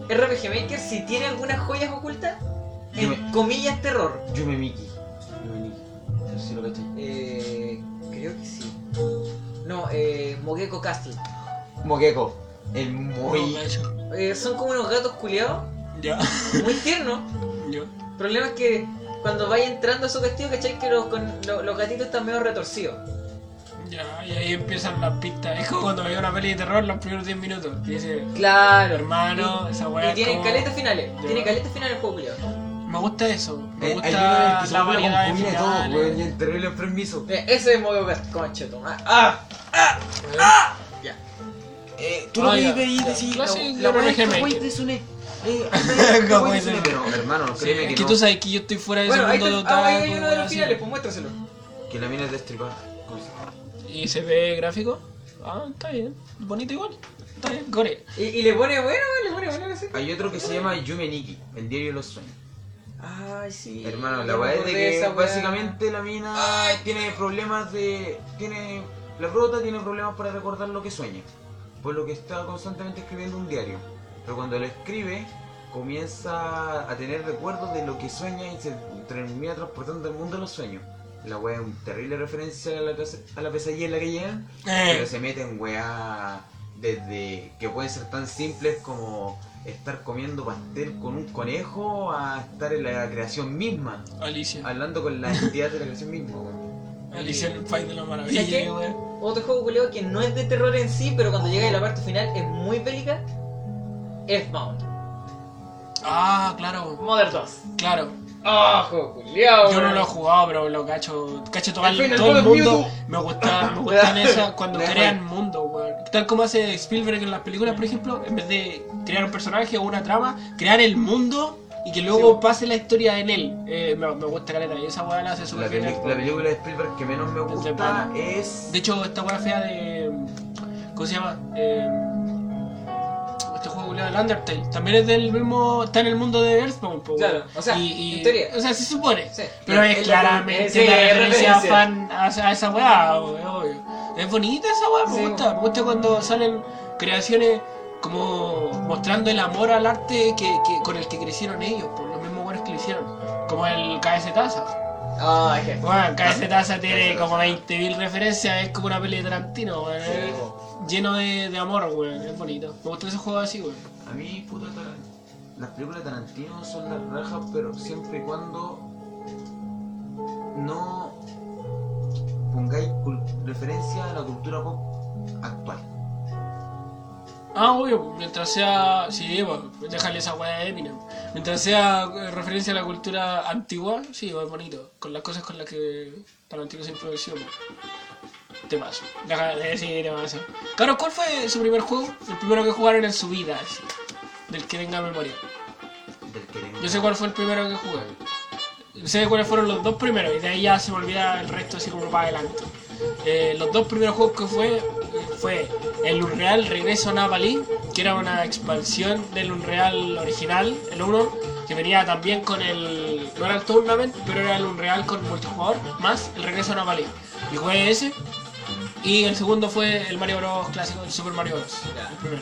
A: RPG Maker, si tiene algunas joyas ocultas, en
C: Dime.
A: comillas terror.
C: Yo me Miki. Yo me Miki. No sé si lo cachai.
A: Eh, creo que sí. No, eh, Mogeko Castle.
C: Moqueco. El muy.
A: Eh, son como unos gatos culiados,
D: Ya,
A: muy tiernos.
D: yo.
A: El problema es que cuando vaya entrando a su castillo, ¿cachai? Que los, con- lo- los gatitos están medio retorcidos.
D: Ya, y ahí empiezan las pistas. Es como cuando veía una peli de terror los primeros 10 minutos. Que dice,
A: Claro.
D: hermano, esa weá.
A: Y
D: es
A: tienen
D: como-
A: caletas finales.
D: Ya.
A: Tiene caletas finales el juego culiado.
D: Me gusta eso. Me
C: Eh,
D: gusta
C: hay uno en el que se
D: la
C: cumple
D: variedad
C: con
D: de
C: cumbia y todo, pues,
D: finales.
C: weón, y el terrible enfermizo.
A: Eh, ese es Mogeko Castle, concheto. Ah, ya.
C: Eh, tú lo
D: Ah,
C: veis
D: ya,
C: de ahí y
D: ya.
C: decís,
D: Claro,
C: la-
D: sí,
C: la
D: yo
C: weá es
D: me
C: que
D: Miki.
C: güey de Sune. Eh,
D: Kawaii
C: Kawaii
D: Sune.
C: Sune. Pero, hermano,
D: Sí,
C: créeme
D: es
C: que,
D: que
C: no,
D: tú sabes que yo estoy fuera de
A: Bueno,
D: ese
A: ahí,
D: mundo
A: te-
D: de
A: ah, ahí
D: otaku,
A: hay uno de
D: weá,
A: los
D: así.
A: finales, pues muéstraselo.
C: que la mina es destripada.
D: ¿Y se ve gráfico? Ah, está bien. Bonito igual. Está bien. Gore.
A: Y, y le pone bueno, le pone bueno que sí.
C: Hay otro que se llama Yume Nikki, el diario de los sueños.
A: Ay, sí.
C: Hermano, la
A: Yo
C: weá es de
A: recordé
C: que
A: esa weá.
C: básicamente la mina tiene problemas de. tiene. La prota tiene problemas para recordar lo que sueña. Por lo que está constantemente escribiendo un diario. Pero cuando lo escribe, comienza a tener recuerdos de lo que sueña y se termina transportando al mundo de los sueños. La weá es una terrible referencia a la, casa- a la pesadilla en la que llegan. Pero
D: Eh,
C: se meten weá desde que pueden ser tan simples como estar comiendo pastel con un conejo a estar en la creación misma,
D: Alicia.
C: hablando con la entidad de la creación misma. weón.
D: Alicia en el país de la
A: ¿Sabes qué?
D: maravilla, weá.
A: Otro juego culiado que no es de terror en sí, pero cuando llega a la parte final es muy bélica. Earthbound.
D: Ah, claro.
A: Mother 2.
D: Claro.
A: Ah, juego culiado.
D: Yo no lo he jugado, pero lo cacho. Cacho todo
A: Al fin,
D: el,
A: el
D: todo el
A: juego es
D: mundo. Me gusta, me gustan esas cuando
C: Nah,
D: crean mundo, weón. Tal como hace Spielberg en las películas, por ejemplo, en vez de crear un personaje o una trama, crear el mundo y que luego pase la historia en él. Eh, me, me gusta caleta. Y esa weá la hace
C: La,
D: súper bien.
C: peli- la película de Spielberg que menos me gusta es...
D: Este De hecho, esta weá fea de. ¿Cómo se llama? Eh, este juego culiao del Undertale. También es del mismo. Está en el mundo de Earthbound, po,
A: Claro,
D: weón.
A: o sea,
D: Y- y-
A: en teoría.
D: O sea, se supone.
A: Sí.
D: Pero es,
A: Es la-
D: claramente
A: sí,
D: una
A: es
D: referencia
A: referencia.
D: fan a, a esa weá, obvio. Es bonita esa weá, me
A: Sí,
D: gusta. Me gusta cuando salen creaciones como mostrando el amor al arte que, que- con el que crecieron ellos, por los mismos weones que lo hicieron. Como el KS Taza.
A: Ah, jefe.
D: Bueno, KS Taza tiene como 20.000 referencias, es como una peli de Tarantino, weón. es Lleno de, de amor, weón, es bonito. Me gustan esos juegos así, weón.
C: A mí, puta, Taran- las películas de Tarantino son las rajas, pero siempre y cuando no pongáis cul- referencia a la cultura pop actual.
D: Ah, obvio, mientras sea. Sí, bueno, déjale esa weá de Eminem. Mientras sea eh, referencia a la cultura antigua, sí, va bonito. Con las cosas con las que Tarantino se influenció. pues. Te paso. Deja de decir, te paso. Claro, ¿cuál fue su primer juego? El primero que jugaron en su vida, así, Del que tenga memoria.
C: Del que tengo.
D: Yo sé cuál fue el primero que jugué. Sé cuáles fueron los dos primeros y de ahí ya se me olvida el resto así como para adelante. Eh, los dos primeros juegos que fue fue el Unreal Regreso a Napalí, que era una expansión del Unreal original, el 1, que venía también con el... no era el Tournament, pero era el Unreal con multijugador, más el Regreso a Napalí. Y jugué ese. Y el segundo fue el Mario Bros. clásico, el Super Mario Bros. El primero.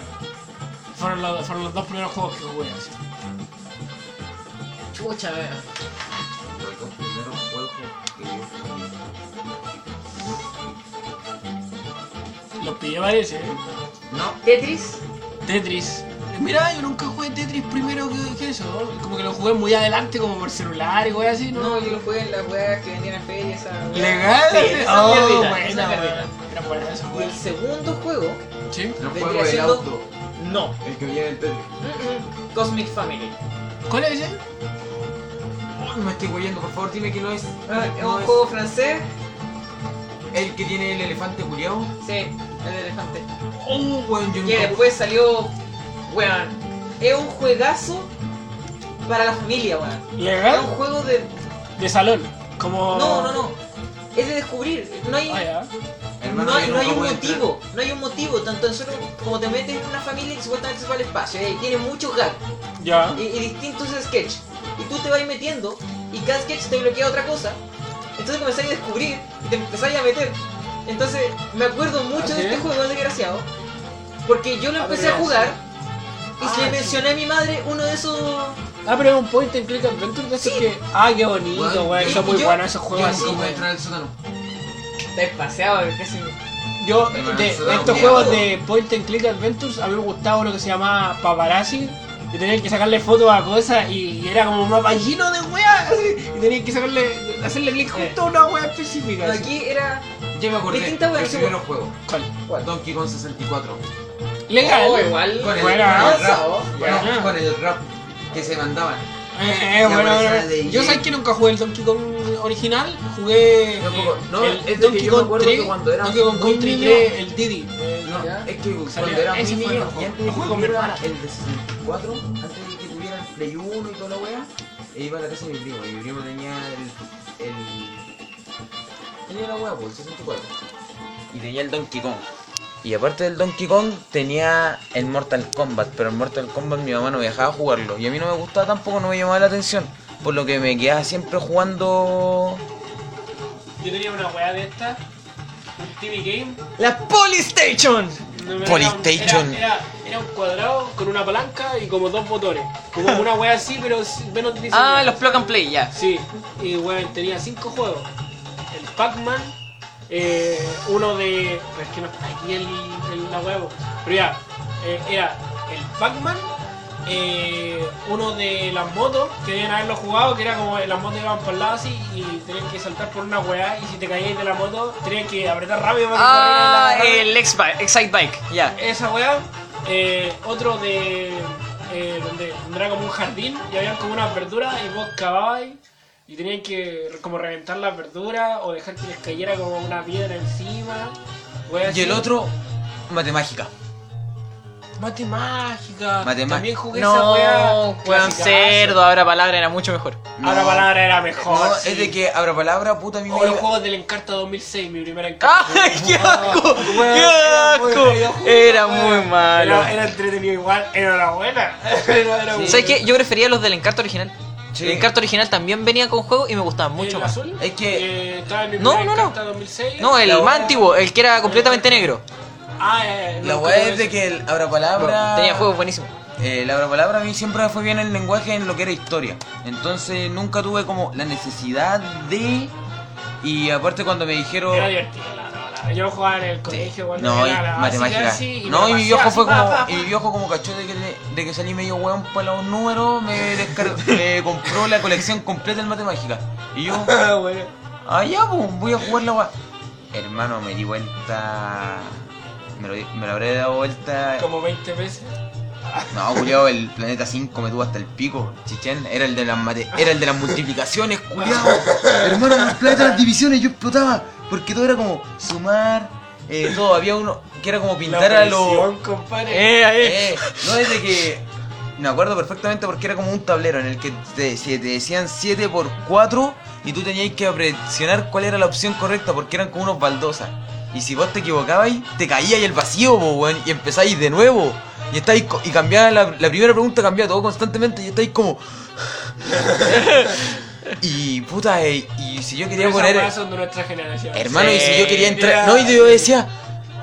D: Fueron los, fueron los dos primeros juegos que jugué así.
A: Chucha, weón.
C: Los dos primeros juegos que yo jugué.
D: Los pillé parece, ¿eh?
C: No,
A: Tetris.
D: Tetris. Mira, yo nunca jugué Tetris primero que, que eso. ¿no? Como que lo jugué muy adelante, como por celular y cosas así, ¿no?
A: No, yo lo jugué en las weas que vendían a feria, esa weá.
D: Legal.
A: Sí, esa
D: oh,
A: mierdita,
D: buena,
A: esa mierdita.
D: buena. Era pues. buena esa
A: Y el
D: weá.
A: segundo juego,
D: ¿Sí?
C: no
A: Vendría
C: juego del
A: siendo-
C: auto,
A: no.
C: el que viene el Tetris.
A: Mm-mm. Cosmic Family.
D: ¿Cuál es ese?
C: Oh, no me estoy huyendo, por favor, dime que no es.
A: Ah, Es
C: no
A: un juego francés.
C: El que tiene el elefante culiao.
A: Sí, el elefante.
C: Oh, weón, yo
A: Que
C: nunca
A: después salió. Weón. Es un juegazo para la familia, weón. Es un
D: ¿Legal?
A: juego de. Oh.
D: De salón. Como.
A: No, no, no. es de descubrir. No hay,
D: Ah, ya.
A: pues, no,
F: Hermano,
A: hay-
F: yo
A: no hay
F: nunca
A: un
F: voy a entrar.
A: motivo. No hay un motivo. Tanto en solo como te metes en una familia que supuestamente se va al espacio. Y tiene muchos gags
D: Ya.
A: y, y distintos sketches. Y tú te vas metiendo y cada sketch te bloquea otra cosa. Entonces comenzáis a descubrir y te empezáis a meter. Entonces me acuerdo mucho de
D: Así
A: este
D: es.
A: juego, desgraciado. Porque yo lo
D: Ah,
A: empecé
D: pero
A: a
D: no,
A: jugar y
D: Ah,
A: le
D: sí.
A: mencioné a mi madre uno de esos...
D: Ah, pero es un point and click adventure de esos que. Ah, qué bonito,
F: Bueno,
D: weón.
A: yo-
D: Son muy
A: yo-
D: buenos esos
F: Yo
D: juegos así,
F: nunca voy a
D: weón.
F: entrar al sótano.
A: Te paseado, casi...
D: Yo, de,
F: Hermano,
D: de
F: eso da
D: estos
F: miedo.
D: juegos de point and click adventures, a mí me gustaba uno que se llamaba Paparazzi. Y tenías que sacarle fotos a cosas y era como un mapa lleno de weas. así, Y tenías que sacarle, hacerle clic justo a una wea específica. así.
A: Aquí era...
F: Ya me acordé.
A: Distinta
F: el
A: versión.
F: primero juego.
D: ¿Cuál?
F: Donkey Kong 64.
D: Legal.
A: Oh, igual.
F: Con el,
D: Bueno,
F: con el
A: avanzado.
F: rap.
D: Bueno.
F: No, con el rap que se mandaban.
D: Eh,
F: Ya
D: bueno,
F: aparece
D: bueno.
F: la de
D: Yo
F: Jake.
D: sé que nunca jugué el Donkey Kong original, jugué eh,
F: No, como- no,
D: el,
F: es de que
D: Donkey
F: yo me
D: Kong
F: acuerdo
D: 3,
F: que cuando era
D: Donkey Kong
F: muy
D: Country
F: niño-
D: 3, el Diddy. eh,
F: No,
D: ¿ya?
F: es que cuando
D: Salía-
F: era muy
D: ese fue
F: niño,
D: el juego.
F: y antes
D: Lo
F: de
D: jugué
F: que
D: con mi
F: tuviera
D: hermana.
F: el de 64, antes de que tuviera el Play 1 y toda la wea, e iba a la casa de mi primo. Y mi primo tenía el. el tenía la wea, pues, el 64. Y tenía el Donkey Kong. Y aparte del Donkey Kong, tenía el Mortal Kombat. Pero el Mortal Kombat mi mamá no me dejaba jugarlo. Y a mí no me gustaba tampoco, no me llamaba la atención. Por lo que me quedaba siempre jugando.
D: Yo tenía una weá de esta, un TV Game.
A: La Polystation.
D: no me-
F: Polystation.
D: Era, era- era un cuadrado con una palanca y como dos botones. Como una weá así, pero sin- menos diseñada.
A: Ah, los plug and play, ya.
D: Sí, y weón, tenía cinco juegos. El Pac-Man, eh, uno de... Pero es que no está aquí el, el- la huevo. Pero ya, eh, era el Pac-Man, eh, uno de las motos, que debían haberlo jugado, que era como eh, las motos iban por el lado así y tenías que saltar por una weá y si te caías de la moto tenías que apretar rápido para que
A: Ah,
D: te salieras
A: el X-Bike, Excite Bike, ya.
D: la- Esa weá, eh, otro de... eh, donde era como un jardín y había como unas verduras y vos cavabas y tenían que re- como reventar las verduras o dejar que les cayera como una piedra encima. weas
C: Y el
D: así.
C: otro, matemática.
D: Mate mágica.
C: Mate ma-
D: También jugué esa
A: No,
D: wea.
A: weón
D: clasicazo.
A: cerdo, ahora palabra era mucho mejor.
D: Ahora
C: No.
D: palabra era mejor.
C: No,
D: sí.
C: es de que abra palabra, puta mi
D: O los
C: vida.
D: juegos del Encarta 2006, mi primera Encarta.
A: ¡Ay, qué asco!
D: Weón,
A: ¡Ah! ¡Qué
D: era muy bello
A: asco!
D: juego,
A: Era
D: weón.
A: muy malo.
D: Era, era entretenido igual, era la buena. Era, era
A: ¿Sabes qué? Yo prefería los del Encarta original.
C: Sí.
A: El Encarta original también venía con juego y me gustaban mucho
D: ¿El
A: más.
D: azul?
C: Es que-
D: Eh, estaba en mi
A: No,
D: primera
A: no, no.
D: Encarta 2006.
A: No, eh. el
C: La
A: más
C: wea-
A: antiguo, el que era completamente negro.
D: Ah, eh,
C: La
D: no,
C: weá
D: como
C: es de
D: ese.
C: que el abra palabra.
A: Tenía juegos buenísimos.
C: Eh, la palabra a mí siempre me fue bien el lenguaje en lo que era historia. Entonces nunca tuve como la necesidad de. Y aparte cuando me dijeron.
D: Era divertido, la verdad. Yo jugaba en el colegio cuando
C: No, y
D: era la
C: matemática.
D: básica, así,
C: no,
D: me
C: y
D: la
C: mi
D: paseaba
C: viejo
D: así,
C: fue
D: pa,
C: como.
D: pa, pa.
C: Y mi viejo como cachó de que, le- de que salí medio weón para los números, me descar- me compró la colección completa en matemática. Y yo.
D: Ah, bueno.
C: Ah, ya, pues, voy a jugar la weá. Hermano, me di vuelta. Me lo, di- me lo habré dado vuelta.
D: Como 20 veces.
C: No, culiao, el planeta 5 me tuvo hasta el pico. Chichen, era el de las mate- era el de las multiplicaciones, culiao. Hermano, los planetas, las divisiones, yo explotaba. Porque todo era como sumar, eh, todo. Había uno que era como pintar
D: La
C: a los.
D: presión, compadre.
A: Eh, eh.
C: Eh, no es de que. Me acuerdo perfectamente porque era como un tablero en el que te, si te decían 7 por 4 y tú tenías que presionar cuál era la opción correcta porque eran como unos baldosas. Y si vos te equivocabas, te caías el vacío, po, weón, y empezáis de nuevo. Y estáis co- y cambiaba la, la primera pregunta cambiaba todo constantemente y estáis como. y puta, eh, y si yo quería
D: Esas
C: poner. Er-
D: weas son de nuestra generación.
C: Hermano, y si yo quería
D: era-
C: entrar. No, y yo decía,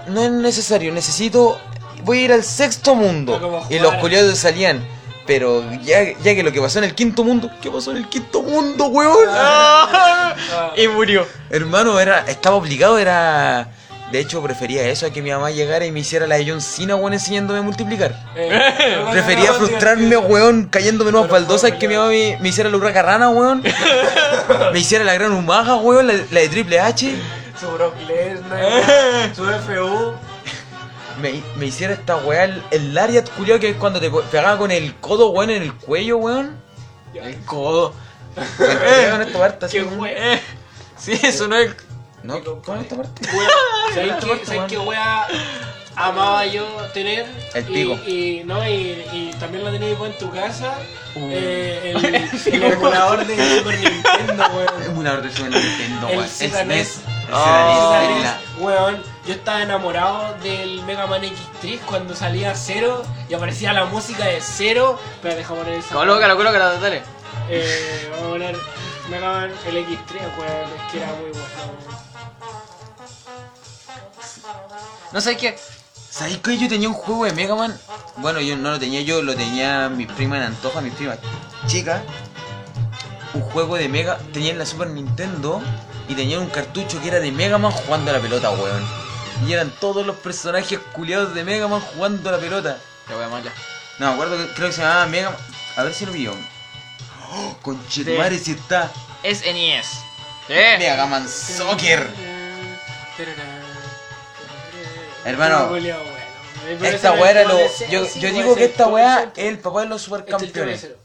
C: no es necesario, necesito. Voy a ir al sexto
D: Fue como
C: mundo. Y
D: jugar.
C: los culiados salían. Pero ya, ya que lo que pasó en el quinto mundo, ¿qué pasó en el quinto mundo, huevón?
D: Ah,
A: Y murió.
C: Hermano, era, estaba obligado, era. De hecho, prefería eso a que mi mamá llegara y me hiciera la de John Cena, weón, enseñándome a multiplicar.
D: eh,
C: Prefería frustrarme, weón, cayéndome en unas
D: Pero fue
C: baldosas que mi mamá me, me hiciera la urraca rana, weón. me hiciera la gran humaja, weón, la, la de Triple H.
D: Su Brock Lesnar, su FU.
C: Me, me hiciera esta weá el, el Lariat culiao que es cuando te pegaba con el codo weón en el cuello weón.
D: Ya.
C: El codo. Me pegaba con esta parte así.
D: Qué
C: weón.
D: wea.
A: Eh. Sí, eso no es.
C: No, ¿cómo esta parte?
D: ¿Sabéis qué, ¿sabéis qué wea? amaba yo tener.
C: El
D: y-
C: pico.
D: Y, no, y, y también lo tenías en tu casa.
C: Uh.
D: eh, el, el emulador de Super Nintendo,
C: Es
D: weón.
C: un arte de Super Nintendo,
D: El
C: weón. Es
D: Sega
C: NES.
D: NES.
C: El
A: Oh.
C: Sega NES,
D: Esa
C: Ah, es
D: vez,
C: la-
D: weón, yo estaba enamorado del Mega Man X3 cuando salía Cero y aparecía la música de Cero. Pero deja poner esa.
A: Colócalo, colócalo, dale.
D: Eh, vamos a poner Mega Man el X3, weón, es que era muy bueno. weón.
A: No sé qué.
C: ¿Sabéis que yo tenía un juego de Mega Man? Bueno, yo no lo tenía yo, lo tenía mis primas en Antoja, mis primas chicas. Un juego de Mega, tenía en la Super Nintendo y tenía un cartucho que era de Mega Man jugando a la pelota, weón. Y eran todos los personajes culiados de Mega Man jugando a la pelota.
A: La wea mala.
C: No, me acuerdo que creo que se llamaba Mega Man. A ver si lo vio. ¡Oh, conchetumare, si está!
A: Es E NES.
D: Eh.
A: Sí.
C: Mega Man Soccer. Hermano,
D: Culeado, bueno. Eh, pero
C: Esta
D: esa
C: weá
D: era
C: era
D: el
C: lo.
D: juego de
C: Yo,
D: Cero,
C: yo
D: sí,
C: digo que
D: ese
C: esta
D: todo
C: weá
D: el
C: es el papá de los
D: centro. Este es el todo de
C: supercampeones.
D: Cero.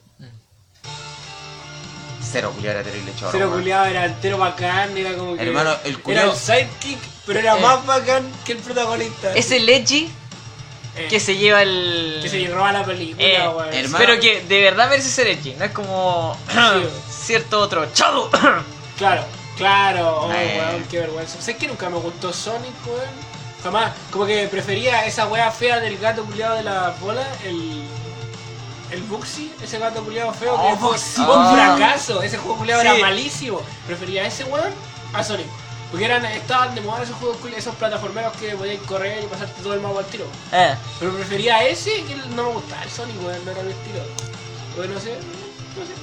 C: Cero culiado era terrible, chorro.
D: Cero
C: weón.
D: culiado era entero bacán, era como que.
C: Hermano, el
D: Era
C: culiao-
D: el sidekick, pero era
A: Eh.
D: más bacán que el protagonista.
A: Es el Edgy
D: Eh,
A: que se lleva el.
D: que se roba la película,
A: Eh,
D: weón.
C: hermano.
A: Pero que de verdad merece ser Edgy, no es como cierto otro chado.
D: Claro, claro, oh,
C: Eh.
D: weón, qué vergüenza. ¿Sabes que nunca me gustó Sonic, weón? Jamás, como que prefería esa wea fea del gato culiado de la bola, el. El Buxi, ese gato culiado feo
C: Oh,
D: que fue
C: Bugsy.
D: fue
C: Ah.
D: un fracaso, ese juego culiado
A: Sí.
D: era malísimo. Prefería ese weón a Sonic. Porque eran, estaban de moda esos juegos culiados, esos plataformeros que podías correr y pasarte todo el mapa al tiro.
A: Eh,
D: Pero prefería ese que el- no me gustaba el Sonic, weón, no era mi estilo. Bueno, no sé, no sé.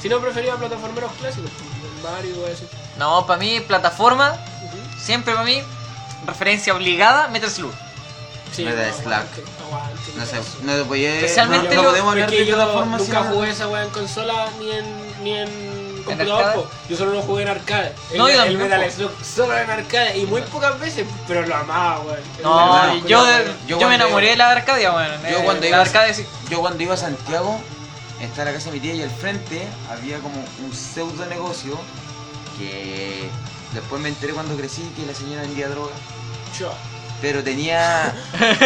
D: Si no, prefería plataformeros clásicos, como el Mario o así.
A: No, para mí, plataforma,
D: Ujú.
A: siempre para mí, referencia obligada, Metal Slug.
D: Sí,
C: No era Slack.
D: aguante, aguante,
C: No sé,
D: eso.
C: no te podía.
A: Especialmente
C: no, no
A: lo-
C: podemos hablar
D: Porque
C: de
D: yo
C: plataformas
D: nunca
C: sin-
D: jugué esa weá en consola ni en, ni en computador,
A: arcade?
D: po. yo solo lo jugué en arcade. El,
A: No, yo
D: el
A: también,
D: Metal
A: po.
D: Slug solo en arcade y muy pocas veces, pero lo amaba, weón.
A: No,
C: hermano,
A: yo,
D: Era-
A: yo,
C: yo
A: me
C: cuando
A: enamoré
C: iba-
A: de la Arcadia, weón.
C: Yo
A: Eh,
C: cuando
A: la
C: iba a-
A: Arcadia sí.
C: Yo cuando iba a Santiago, estaba la casa de mi tía y al frente había como un pseudo negocio que después me enteré cuando crecí que la señora vendía droga.
D: Yo.
C: Pero tenía.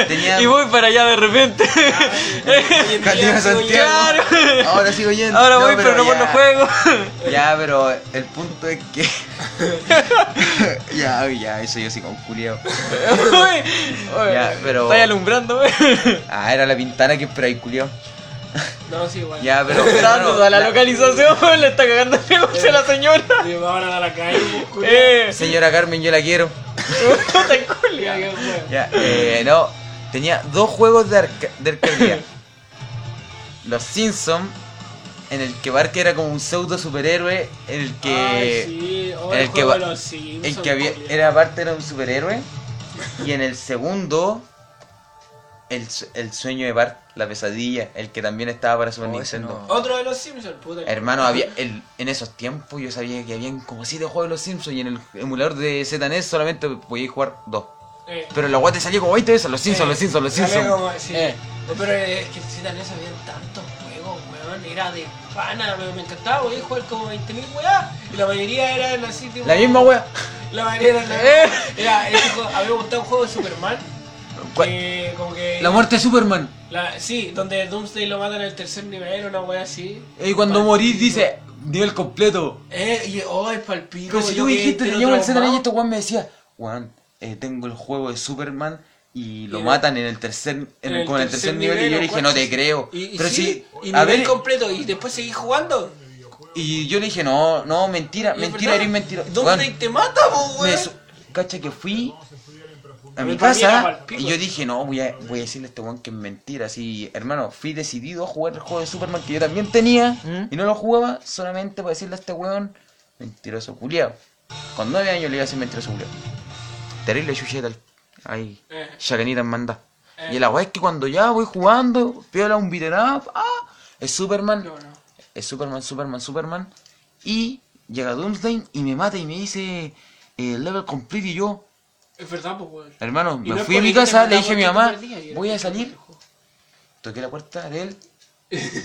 C: tenía
A: Y voy para allá de repente.
D: Hoy en día
C: Cantina
D: sigo
C: Santiago.
D: yendo.
A: claro.
C: Ahora sigo yendo.
A: Ahora
C: No,
A: voy, pero, no por
C: ya-
A: los juegos.
C: Ya, pero el punto es que. ya, ya, eso yo sí con Julio. Ya, pero-
A: Estoy alumbrando, weón.
C: Ah, era la pintana que esperáis, Julio.
D: No, sí, weón.
C: Ya, pero.
A: Entrando
C: hermano,
A: a la Eh.
C: la-
A: localización, weón, le está cagando el negocio a la señora.
D: Me van a dar la calle, po,
A: Eh,
C: Señora Carmen, yo la quiero.
A: puta culia.
D: culiao, qué weón.
C: Ya, eh, no. Tenía dos juegos de, arca de arcadía. Los Simpsons, en el que Barker era como un pseudo superhéroe, en el que.
D: Ay, sí. Oh,
C: el
D: el,
C: que
D: que
C: va-
D: el
C: El que había, era Barter era un superhéroe. Y en el segundo, el, su- el sueño de Bart, la pesadilla, el que también estaba para Super
A: Oh, ese
C: Nintendo.
A: no.
D: Otro de los Simpsons, puta.
C: Hermano, había el- en esos tiempos yo sabía que habían como siete juegos de los Simpsons y en el emulador de ZNES solamente podía jugar dos.
D: Eh,
C: Pero la guata salió como 20 veces, los Simpsons,
D: eh,
C: los Simpsons, los
D: sale
C: Simpsons.
D: como- sí.
A: Eh.
D: No, Pero eh, es que si también había tantos juegos, weón. Era de pana, weón. Me encantaba, weón. Jugar como 20.000 weá. Y la mayoría eran así, tipo.
C: La misma wea.
D: La mayoría eran.
A: Eh.
D: Era, ese juego- a mí me gustaba un juego de Superman. Que, como que.
C: La muerte de Superman.
D: la- sí, donde Doomsday lo matan en el tercer nivel, una weá así.
C: Y cuando
D: Palpico.
C: morís dice, nivel completo.
D: Eh, y oh, es palpico.
C: Pero si yo
D: quedé
C: dijiste, te
D: entero
C: llevo el
D: traumado.
C: ZNES y este weón me decía, weón, eh, tengo el juego de Superman y lo
D: Y-
C: matan en el tercer, en el, como en el tercer nivel, y yo le dije, no te creo.
D: Y, y
C: Pero
D: sí,
C: sí,
D: y
C: a
D: nivel
C: ver,
D: completo, y después seguís jugando.
C: y yo le dije, no, no, mentira,
D: Y es
C: mentira,
D: verdad,
C: eres mentira.
D: ¿Dónde
C: Weón,
D: te mata, po,
C: me
D: weón?
C: su- Cacha que fui a
D: Me
C: mi
D: ponía
C: casa
D: pa'l pico.
C: y yo dije, no, voy a, voy a decirle a este weón que es mentira. Así, hermano, fui decidido a jugar el juego de Superman que yo también tenía
A: ¿Mm?
C: y no lo jugaba solamente para decirle a este weón, mentiroso culiao. Con nueve años le iba a decir mentiroso culiao. Terrible chucheta. el- Ay,
D: Eh.
C: Shakanita en manda.
D: Eh.
C: Y la weá es que cuando ya voy jugando, piola un beat'em up, ah, es Superman.
D: No, no.
C: Es Superman, Superman, Superman. Y llega Doomsday y me mata y me dice eh, level complete y yo,
D: Es verdad, po, weón.
C: hermano,
D: Y
C: me
D: no es
C: fui a mi
D: porque
C: casa,
D: te
C: le dije a mi
D: perdí,
C: mamá,
D: porque te perdí ayer.
C: voy a salir. Toqué la puerta de él.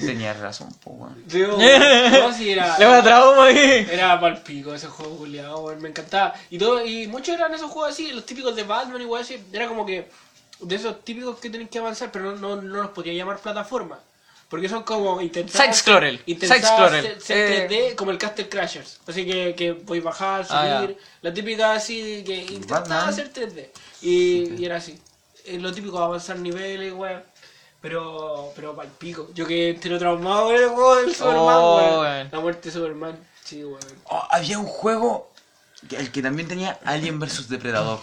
C: Tenía razón, po, weón.
D: Digo, weón, no, si era,
A: Le voy a trauma ahí.
D: era palpico ese juego, culiado, weón. Me encantaba. Y, todo, y muchos eran esos juegos así, los típicos de Batman, igual así. Era como que de esos típicos que tenés que avanzar, pero no, no, no los podía llamar plataforma. Porque son como intentar.
A: Side-scroller,
D: intentar
A: side-scroller,
D: ser- ser
A: eh.
D: 3D como el Castle Crashers. Así que, que podéis bajar, subir.
A: Ah,
D: La típica así que intentaba
C: Batman.
D: hacer 3D. Y, y era así. Es lo típico, avanzar niveles, weón. Pero, pero pa'l pico. Yo que entré traumado con el juego del Superman,
A: Oh,
D: weón.
A: weón.
D: La muerte de Superman. Sí, weón.
C: Oh, había un juego que, el que también tenía Alien vs Depredador.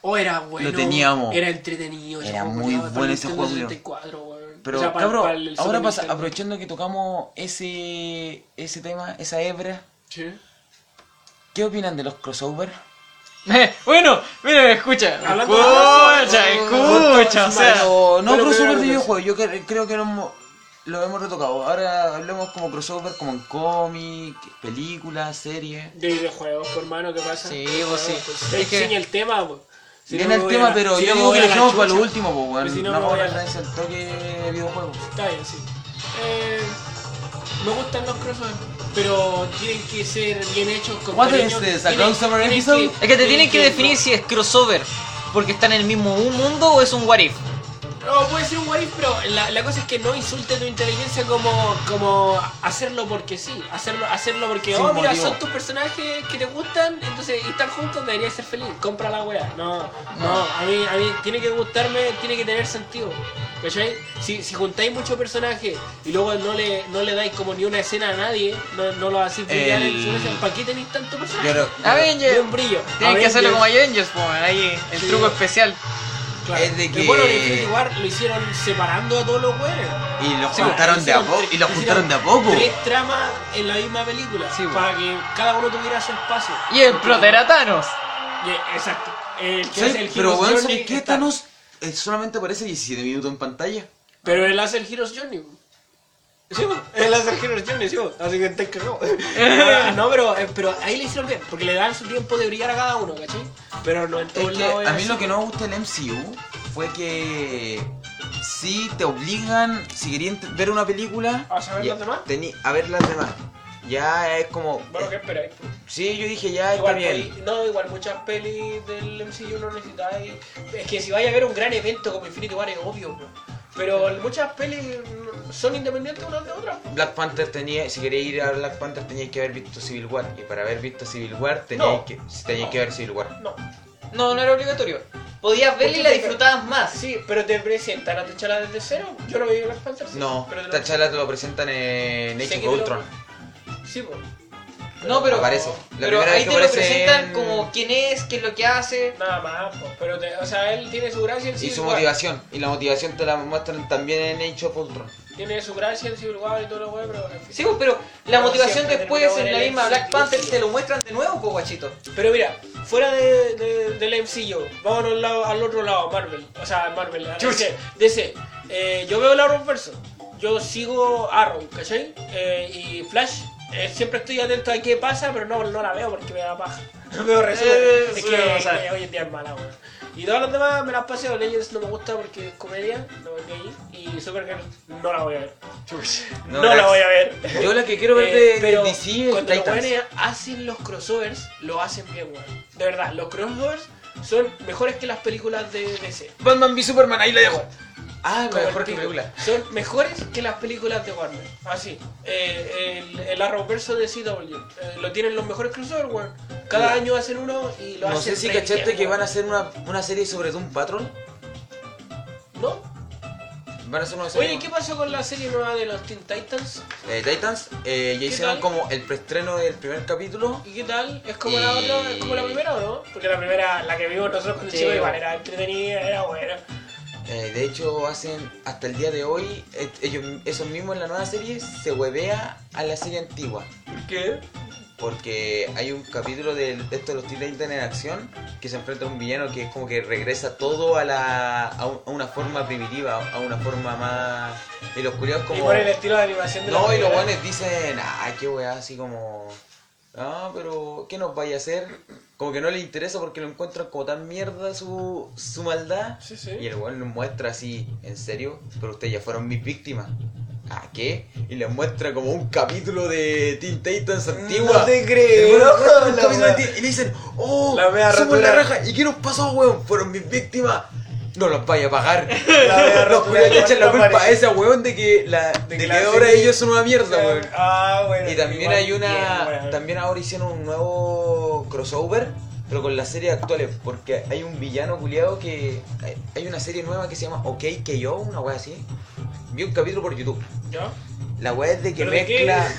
D: Oh, era bueno.
C: Lo teníamos.
D: Era entretenido. ese
C: Era
D: juego,
C: muy
D: culiao, para
C: bueno
D: el
C: ese
D: Nintendo
C: juego, Leo.
D: 64, weón.
C: Pero,
D: O sea, para-
C: cabro,
D: para el
C: ahora
D: Super
C: pasa-
D: Nintendo.
C: aprovechando que tocamos ese, ese tema, esa hebra,
D: Sí.
C: ¿qué opinan de los crossover?
A: bueno, mira, escucha.
D: Hablando de Oh,
A: escucha,
D: Amazon,
A: escucha. O sea,
C: Pero no
D: pero
C: crossover
D: creo
C: de
D: que-
C: videojuegos, yo cre- creo que no hemos- lo hemos retocado. Ahora hablemos como crossover, como en cómic, películas, series.
D: De videojuegos, por hermano, ¿qué pasa?
A: Sí, pues sí.
D: Pues,
A: Es que-
D: sin el tema, pues. Si
C: Viene
D: no
C: el
D: me voy
C: tema,
D: a la-
C: pero
D: si
C: yo
D: no me
C: digo que
D: voy a
C: lo
D: la
C: dejamos para lo
D: chucha.
C: último, pues,
D: Pero si no
C: no,
D: me
C: vamos
D: voy
C: a
D: a la-
C: traerse al toque de videojuegos.
D: Está bien, sí. Eh, me gustan los crossover, pero tienen que ser bien hechos con
C: What
D: cariño.
C: is this, a
D: Tienen-
C: crossover
D: tienen
C: episode?
A: es que te tienen que definir si es crossover porque está en el mismo un mundo o es un what if.
D: No, puede ser un guay, pero la, la cosa es que no insulte tu inteligencia como, como hacerlo porque sí. Hacerlo, hacerlo porque,
C: Sin
D: oh, mira,
C: motivo.
D: son tus personajes que te gustan, entonces y están juntos, deberías ser feliz. Compra la wea. No, no, a, mí, a mí tiene que gustarme, tiene que tener sentido. ¿Cachai? Si, si juntáis muchos personajes y luego no le, no le dais como ni una escena a nadie, no, no lo hacéis brillar
C: El-
D: en ¿para qué tenéis tanto personaje?
C: Yo creo-
A: Avengers.
D: Ni un brillo.
A: Tienen que hacerlo
D: Avengers.
A: como Avengers, po, ahí el
D: Sí.
A: truco especial.
D: Claro.
C: Es de
D: Pero
C: que-
D: Bueno, en Infinity War lo hicieron separando a todos los güeyes.
C: Y los
D: Sí,
C: juntaron de a
D: hicieron
C: poco.
D: tres-
C: Y los
D: hicieron
C: juntaron de a poco.
D: Tres tramas en la misma película.
A: Sí, bueno.
D: para que cada uno tuviera su espacio.
A: Y el prota era Thanos.
D: Y- Eh, exacto. El que
C: Sí,
D: hace el
C: pero
D: Hero's
C: weón,
D: Journey
C: ¿sabes qué?
D: está-
C: Thanos eh, solamente aparece 17 minutos en pantalla.
D: Pero él hace el Hero's Journey. Sí, bueno, él hace el Hero's Journey, sí, bueno, así que te cagó. Ahora, No, pero, eh, pero ahí le hicieron bien, porque le dan su tiempo de brillar a cada uno, ¿cachai? Pero no en
C: Es
D: todos
C: que
D: lados.
C: a mí lo
D: así.
C: que no me gusta del MCU fue que sí te obligan, si querías ent- ver una película,
D: ¿A saber
C: ya,
D: las demás?
C: tení- a ver las demás. Ya es como... eh,
D: Bueno, ¿qué esperáis?
C: Sí, yo dije ya está
D: Igual,
C: bien.
D: peli- no, igual muchas pelis del MCU no necesitáis. Es que si vais a ver un gran evento como Infinity War es obvio, bro. pero muchas pelis no- son independientes unas de otras.
C: Black Panther tenía, si quería ir a Black Panther tenías que haber visto Civil War. Y para haber visto Civil War tenías,
D: No.
C: que, tenías que ver Civil War.
D: No,
A: No, no era obligatorio. Podías verla y la disfrutabas más.
D: sí, pero te presentan a T'Challa desde cero. Yo lo vi en las pantallas.
C: No,
D: pero te lo-
C: esta charla te lo presentan en
D: sé
C: Age
D: que
C: of
D: te lo-
C: Ultron.
D: Sí, pues.
A: No, pero,
C: Aparece. La
A: pero
C: primera
A: ahí
C: vez
A: te
C: que
A: lo
C: aparece
A: presentan
C: en-
A: como quién es, qué es lo que hace.
D: Nada más, pues. Pero, te- o sea, él tiene su gracia en
C: Y
D: Civil
C: su
D: War.
C: motivación. Y la motivación te la muestran también en Age of Ultron.
D: Tiene su gracia en Civil War y todo lo güey, pero. en fin.
A: Sí, pues, pero la
D: No,
A: motivación
D: siempre
A: después
D: terminaba
A: en
D: en
A: la
D: el
A: misma Black
D: éxito.
A: Panther te lo muestran de nuevo, po, guachito.
D: Pero mira, fuera de, de- del MCU, vámonos al, lado- al otro lado, Marvel. O sea, Marvel, a DC. DC. Eh, yo veo el Arrowverse, yo sigo Arrow, ¿cachai? Eh, y Flash, eh, siempre estoy atento a qué pasa, pero no, no la veo porque me da paja. No veo resumen.
A: Eh,
D: es
A: sí,
D: que
A: o sea.
D: que hoy en día es mala, weón. Y todas las demás me las paseo. Legends no me gusta porque es comedia, no voy a ir. Y Supergirl no la voy a ver. No,
C: No, gracias.
D: la voy a ver.
C: Yo la que quiero ver
D: Eh,
C: de, de
D: pero
C: DC es
D: cuando los
C: Titans.
D: weones hacen los crossovers, lo hacen bien, weón. De verdad, los crossovers son mejores que las películas de DC.
C: Batman v Superman, ahí la dejo. Ah,
D: Como
C: mejor
D: el
C: que
D: pico.
C: película.
D: Son mejores que las películas de Warner. Así. Eh, el, el Arrowverso de CW. eh, lo tienen los mejores crossovers, weón. Cada año hacen uno y lo
C: No
D: hacen.
C: sé si
D: re
C: cachaste
D: bien,
C: que van a
D: weón.
C: hacer una, una serie sobre Doom Patrol.
D: ¿No?
C: Van a hacer una serie
D: Oye, ¿qué pasó con la serie nueva de los Teen Titans?
C: eh, Titans. Eh, ya
D: ¿Qué
C: hicieron
D: tal?
C: como el preestreno del primer capítulo.
D: ¿Y qué tal? ¿Es como, la
C: Eh,
D: otra, ¿Es como la primera o no? Porque la primera, la que vimos nosotros con el
A: Sí,
D: chico, igual
A: weón.
D: era entretenida, era buena.
C: Eh, de hecho, hacen hasta el día de hoy, eh, ellos, esos mismos en la nueva serie se huevea a la serie antigua.
D: ¿Por qué?
C: Porque hay un capítulo de, de esto de los Teen Titans en acción que se enfrenta a un villano que es como que regresa todo a la a, un- a una forma primitiva, a una forma más. Y los curiosos
D: Y
C: como.
D: por el estilo de animación de la
C: Oh. No, y los
D: película.
C: guanes dicen, ah, qué weá, así como. Ah, pero ¿qué nos vaya a hacer? Como que no le interesa porque lo encuentran como tan mierda su, su maldad.
D: Sí, sí.
C: Y el weón nos muestra así, en serio, pero ustedes ya fueron mis víctimas. ¿Ah, qué? Y les muestra como un capítulo de Teen Titans antigua.
D: No te
C: Y
D: creo.
C: bueno, muestra un
D: la
C: capítulo de
D: wea.
C: Teen- y le dicen, oh,
D: La wea
C: somos la
D: rotura.
C: raja. ¿Y qué nos pasó, weón? Fueron mis víctimas. No los vaya a pagar.
G: La wea
C: los
G: rotulada
C: culiados le echan la
G: igual no
C: culpa a
G: aparece.
C: esa weón de que, la, de que
G: la
C: ahora
G: serie-
C: ellos son una mierda, weón.
G: Ah, bueno.
C: Y también
G: igual
C: hay una.
G: bien, weón.
C: también ahora hicieron un nuevo crossover, pero con las series actuales, porque hay un villano culiado que. hay- Hay una serie nueva que se llama OK yo una wea así. Vi un capítulo por YouTube.
D: ¿Ya?
C: La wea es de que
D: ¿Pero de qué?
C: mezcla.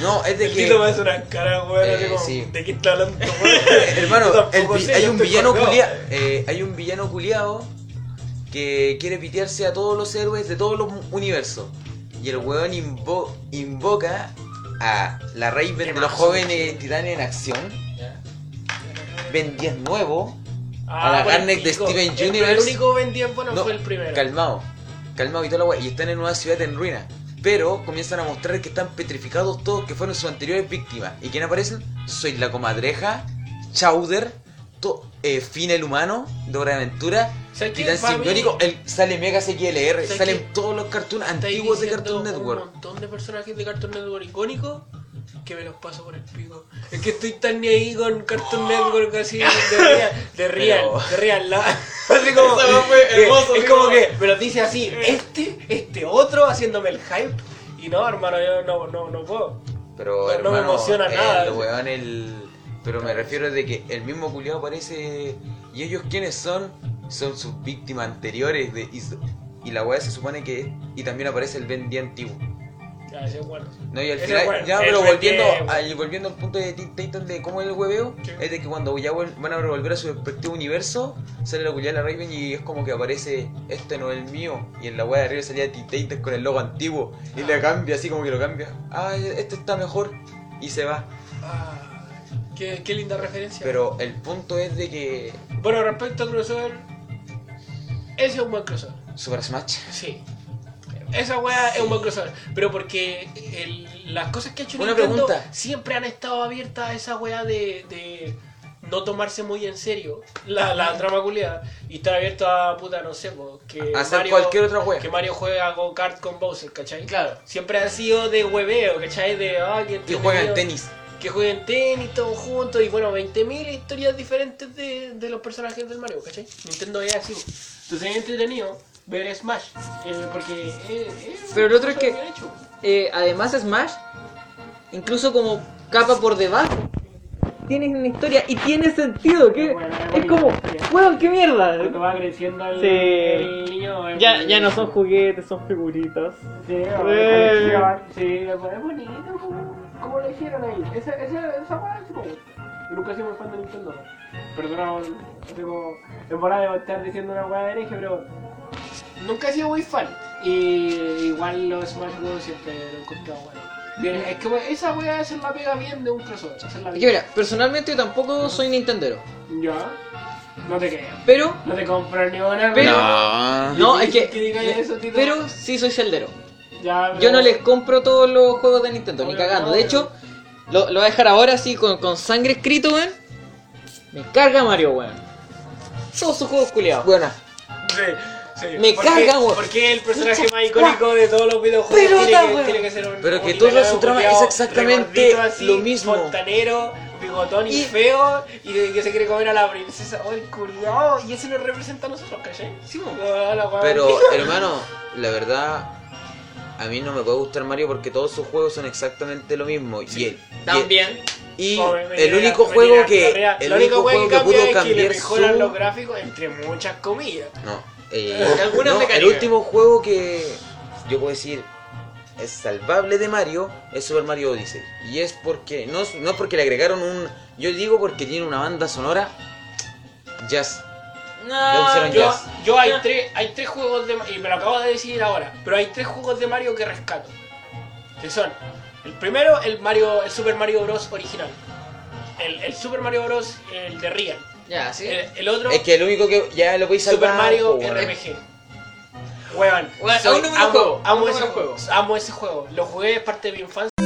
C: No, es de
D: El Tito me
C: que.
D: hace una cara, weón, así
C: Eh,
D: como,
C: sí.
D: ¿de qué está hablando, weón? Yo
C: Hermano, el
D: tampoco
C: vi-
D: sé,
C: hay
D: yo
C: un
D: estoy
C: villano
D: colgado.
C: culiado. hay un villano culiado que quiere pitearse a todos los héroes de todos los universos. Y el weón invo- invoca a la Raven de los jóvenes titanes en acción. Ben 10 nuevo.
D: Ah,
C: a la
D: por el
C: Garnet de
D: pico.
C: Steven
D: El- El
C: Universe.
D: único Ben 10 bueno fue el primero.
C: Calmado. Calmado y toda la wea. Y están en una ciudad en ruina. Pero comienzan a mostrar que están petrificados todos que fueron sus anteriores víctimas. ¿Y quién aparecen? Soy la comadreja, Chowder, to, eh, Fina el humano, Dora de Aventura,
D: ¿Sabes qué?
C: Titán
D: Para mí-
C: Simbiónico, el, sale Mega CQLR,
D: ¿Sabes
C: salen
D: qué?
C: todos los cartoons
D: Estáis
C: antiguos de
D: diciendo
C: Cartoon
D: Un
C: Network.
D: montón de personajes de Cartoon Network icónicos que me los paso por el pico. Es que estoy tan ni ahí con Cartoon Network así de real, de real,
C: Pero-
D: de real. la- Así como, que- es como que me los dice así, este, este otro haciéndome el hype. Y no, hermano, yo no, no, no puedo.
C: Pero
D: No, no me
C: hermano,
D: emociona
C: el
D: nada.
C: weón, el- Pero me refiero de que el mismo culiado aparece. ¿Y ellos quiénes son? Son sus víctimas anteriores de. Y, su- y la weá se supone que. es- Y también aparece el Ben 10 antiguo.
D: Ya, ese es bueno.
C: No, y al
D: Ese
C: final,
D: weón,
C: ya,
D: el
C: pero
D: Ben
C: volviendo,
D: 10.
C: al, volviendo al punto de Teen Titan de cómo es el hueveo,
D: Sí.
C: es de que cuando ya vuel- van a volver a su respectivo universo, sale la culiada de la Raven y es como que aparece, este no es el mío, y en la weá de arriba salía Teen Titan con el logo antiguo, y le cambia, así como que lo cambia, ah, este está mejor, y se va.
D: Ah, qué, qué linda referencia.
C: Pero el punto es de que
D: Bueno, respecto a crossover, ese es un buen crossover.
C: Super Smash,
D: Sí. Esa weá es un buen crossover. Pero porque el- las cosas que ha hecho
C: Una
D: Nintendo
C: pregunta.
D: siempre han estado abiertas a esa weá de, de no tomarse muy en serio la, la trama culiada. Y estar abierto a puta, no sé, po, que
C: A hacer cualquier otra weá.
D: Que Mario juega Go Kart con Bowser, ¿cachai? Claro. Siempre han sido de hueveo, ¿cachai? De ah, que
C: que
D: entretenido,
C: juegan tenis,
D: Que jueguen tenis todos juntos y bueno, 20.000 historias diferentes de, de los personajes del Mario, ¿cachai? Nintendo es así. Entonces es entretenido ver Smash, eh, porque eh, eh,
A: Pero el otro es
D: cosa
A: que-
D: bien hecho.
A: Eh, además Smash, incluso como capa por debajo, tienes una historia y tiene sentido. Que
D: Bueno,
A: es como, weón, qué
D: Cuando
A: mierda.
D: va creciendo el,
A: Sí.
D: el niño. el-
A: Ya, ya no son juguetes, son figuritas.
D: Sí, o
A: Eh.
D: el colección, sí, es bonito, como- como lo hicieron ahí. Esa, esa, esa weá es como. Yo nunca he sido muy fan de Nintendo. Perdona, tengo. En volada debo estar diciendo una weá de hereje, pero. Nunca he sido muy fan. Y igual los Smash Bros. siempre lo he encontrado bueno. Bien, es que esa weá es la pega bien de un crossover. hacer la
A: Porque mira, personalmente yo tampoco soy nintendero.
D: Ya. No te creo.
A: Pero,
D: No te compro ni una.
A: Pero-
D: No.
A: no, es
D: Que diga eso,
A: que...
D: Tito.
A: Pero sí soy celdero.
D: Ya,
A: Yo no
D: pero-
A: les compro todos los juegos de Nintendo, ni
D: Obvio,
A: cagando.
D: no,
A: De
D: pero-
A: hecho, lo, lo voy a dejar ahora así con, con sangre escrito, weón. Me carga Mario, weón. Todos sus juegos culiados.
C: buena.
D: Sí, sí.
A: Me
D: ¿Por
A: carga,
D: qué-
A: weón.
D: ¿Por qué el personaje más icónico de todos los videojuegos
A: Pelota,
D: tiene, que,
A: weón.
D: tiene que ser un
C: Pero que
D: un
C: toda su
D: italiano
C: trama es
D: culiao,
C: exactamente
D: regordito así,
C: lo mismo.
D: fontanero, bigotón y,
A: Y-
D: feo, y de que se quiere comer a la princesa. ¡Oh, el culiao! Y eso nos representa a nosotros, ¿cachai?
A: Sí, weón.
D: Ah, la weá.
C: Pero hermano, la verdad, a mí no me puede gustar Mario porque todos sus juegos son exactamente lo mismo. Y el, y el-
A: También.
C: Y
D: Oh, me- me
C: el
D: tira-
C: único
D: me
C: juego
D: tira
C: que.
D: carrera.
C: El
D: Lo
C: único
D: weá
C: juego que pudo
D: cambia es que le
C: cambiar
D: mejoran los
C: su.
D: gráficos entre muchas comillas.
C: No, eh,
A: En algunas
C: no, el
A: mecánicas.
C: último juego que yo puedo decir es salvable de Mario es Super Mario Odyssey. Y es porque. No, es- no es porque le agregaron un. Yo digo porque tiene una banda sonora. Jazz.
A: Ah,
C: Le pusieron
D: Yo,
C: jazz.
D: yo hay tres, hay tres juegos de y me lo acabo de decir ahora, pero hay tres juegos de Mario que rescato. Que son el primero, el Mario, el Super Mario Bros. original. El, el Super Mario Bros. el de Real.
A: Ya, sí.
D: El, el otro,
C: Es que el único que ya lo podéis
D: Super
C: salvar.
D: Mario
C: pues, bueno.
D: RPG. Weón,
A: Weón,
D: soy-
A: aún no me lo
D: amo,
A: juego,
D: amo
A: aún no me
D: ese
A: lo
D: juego.
A: juego.
D: Amo ese juego. Lo jugué es parte de mi infancia.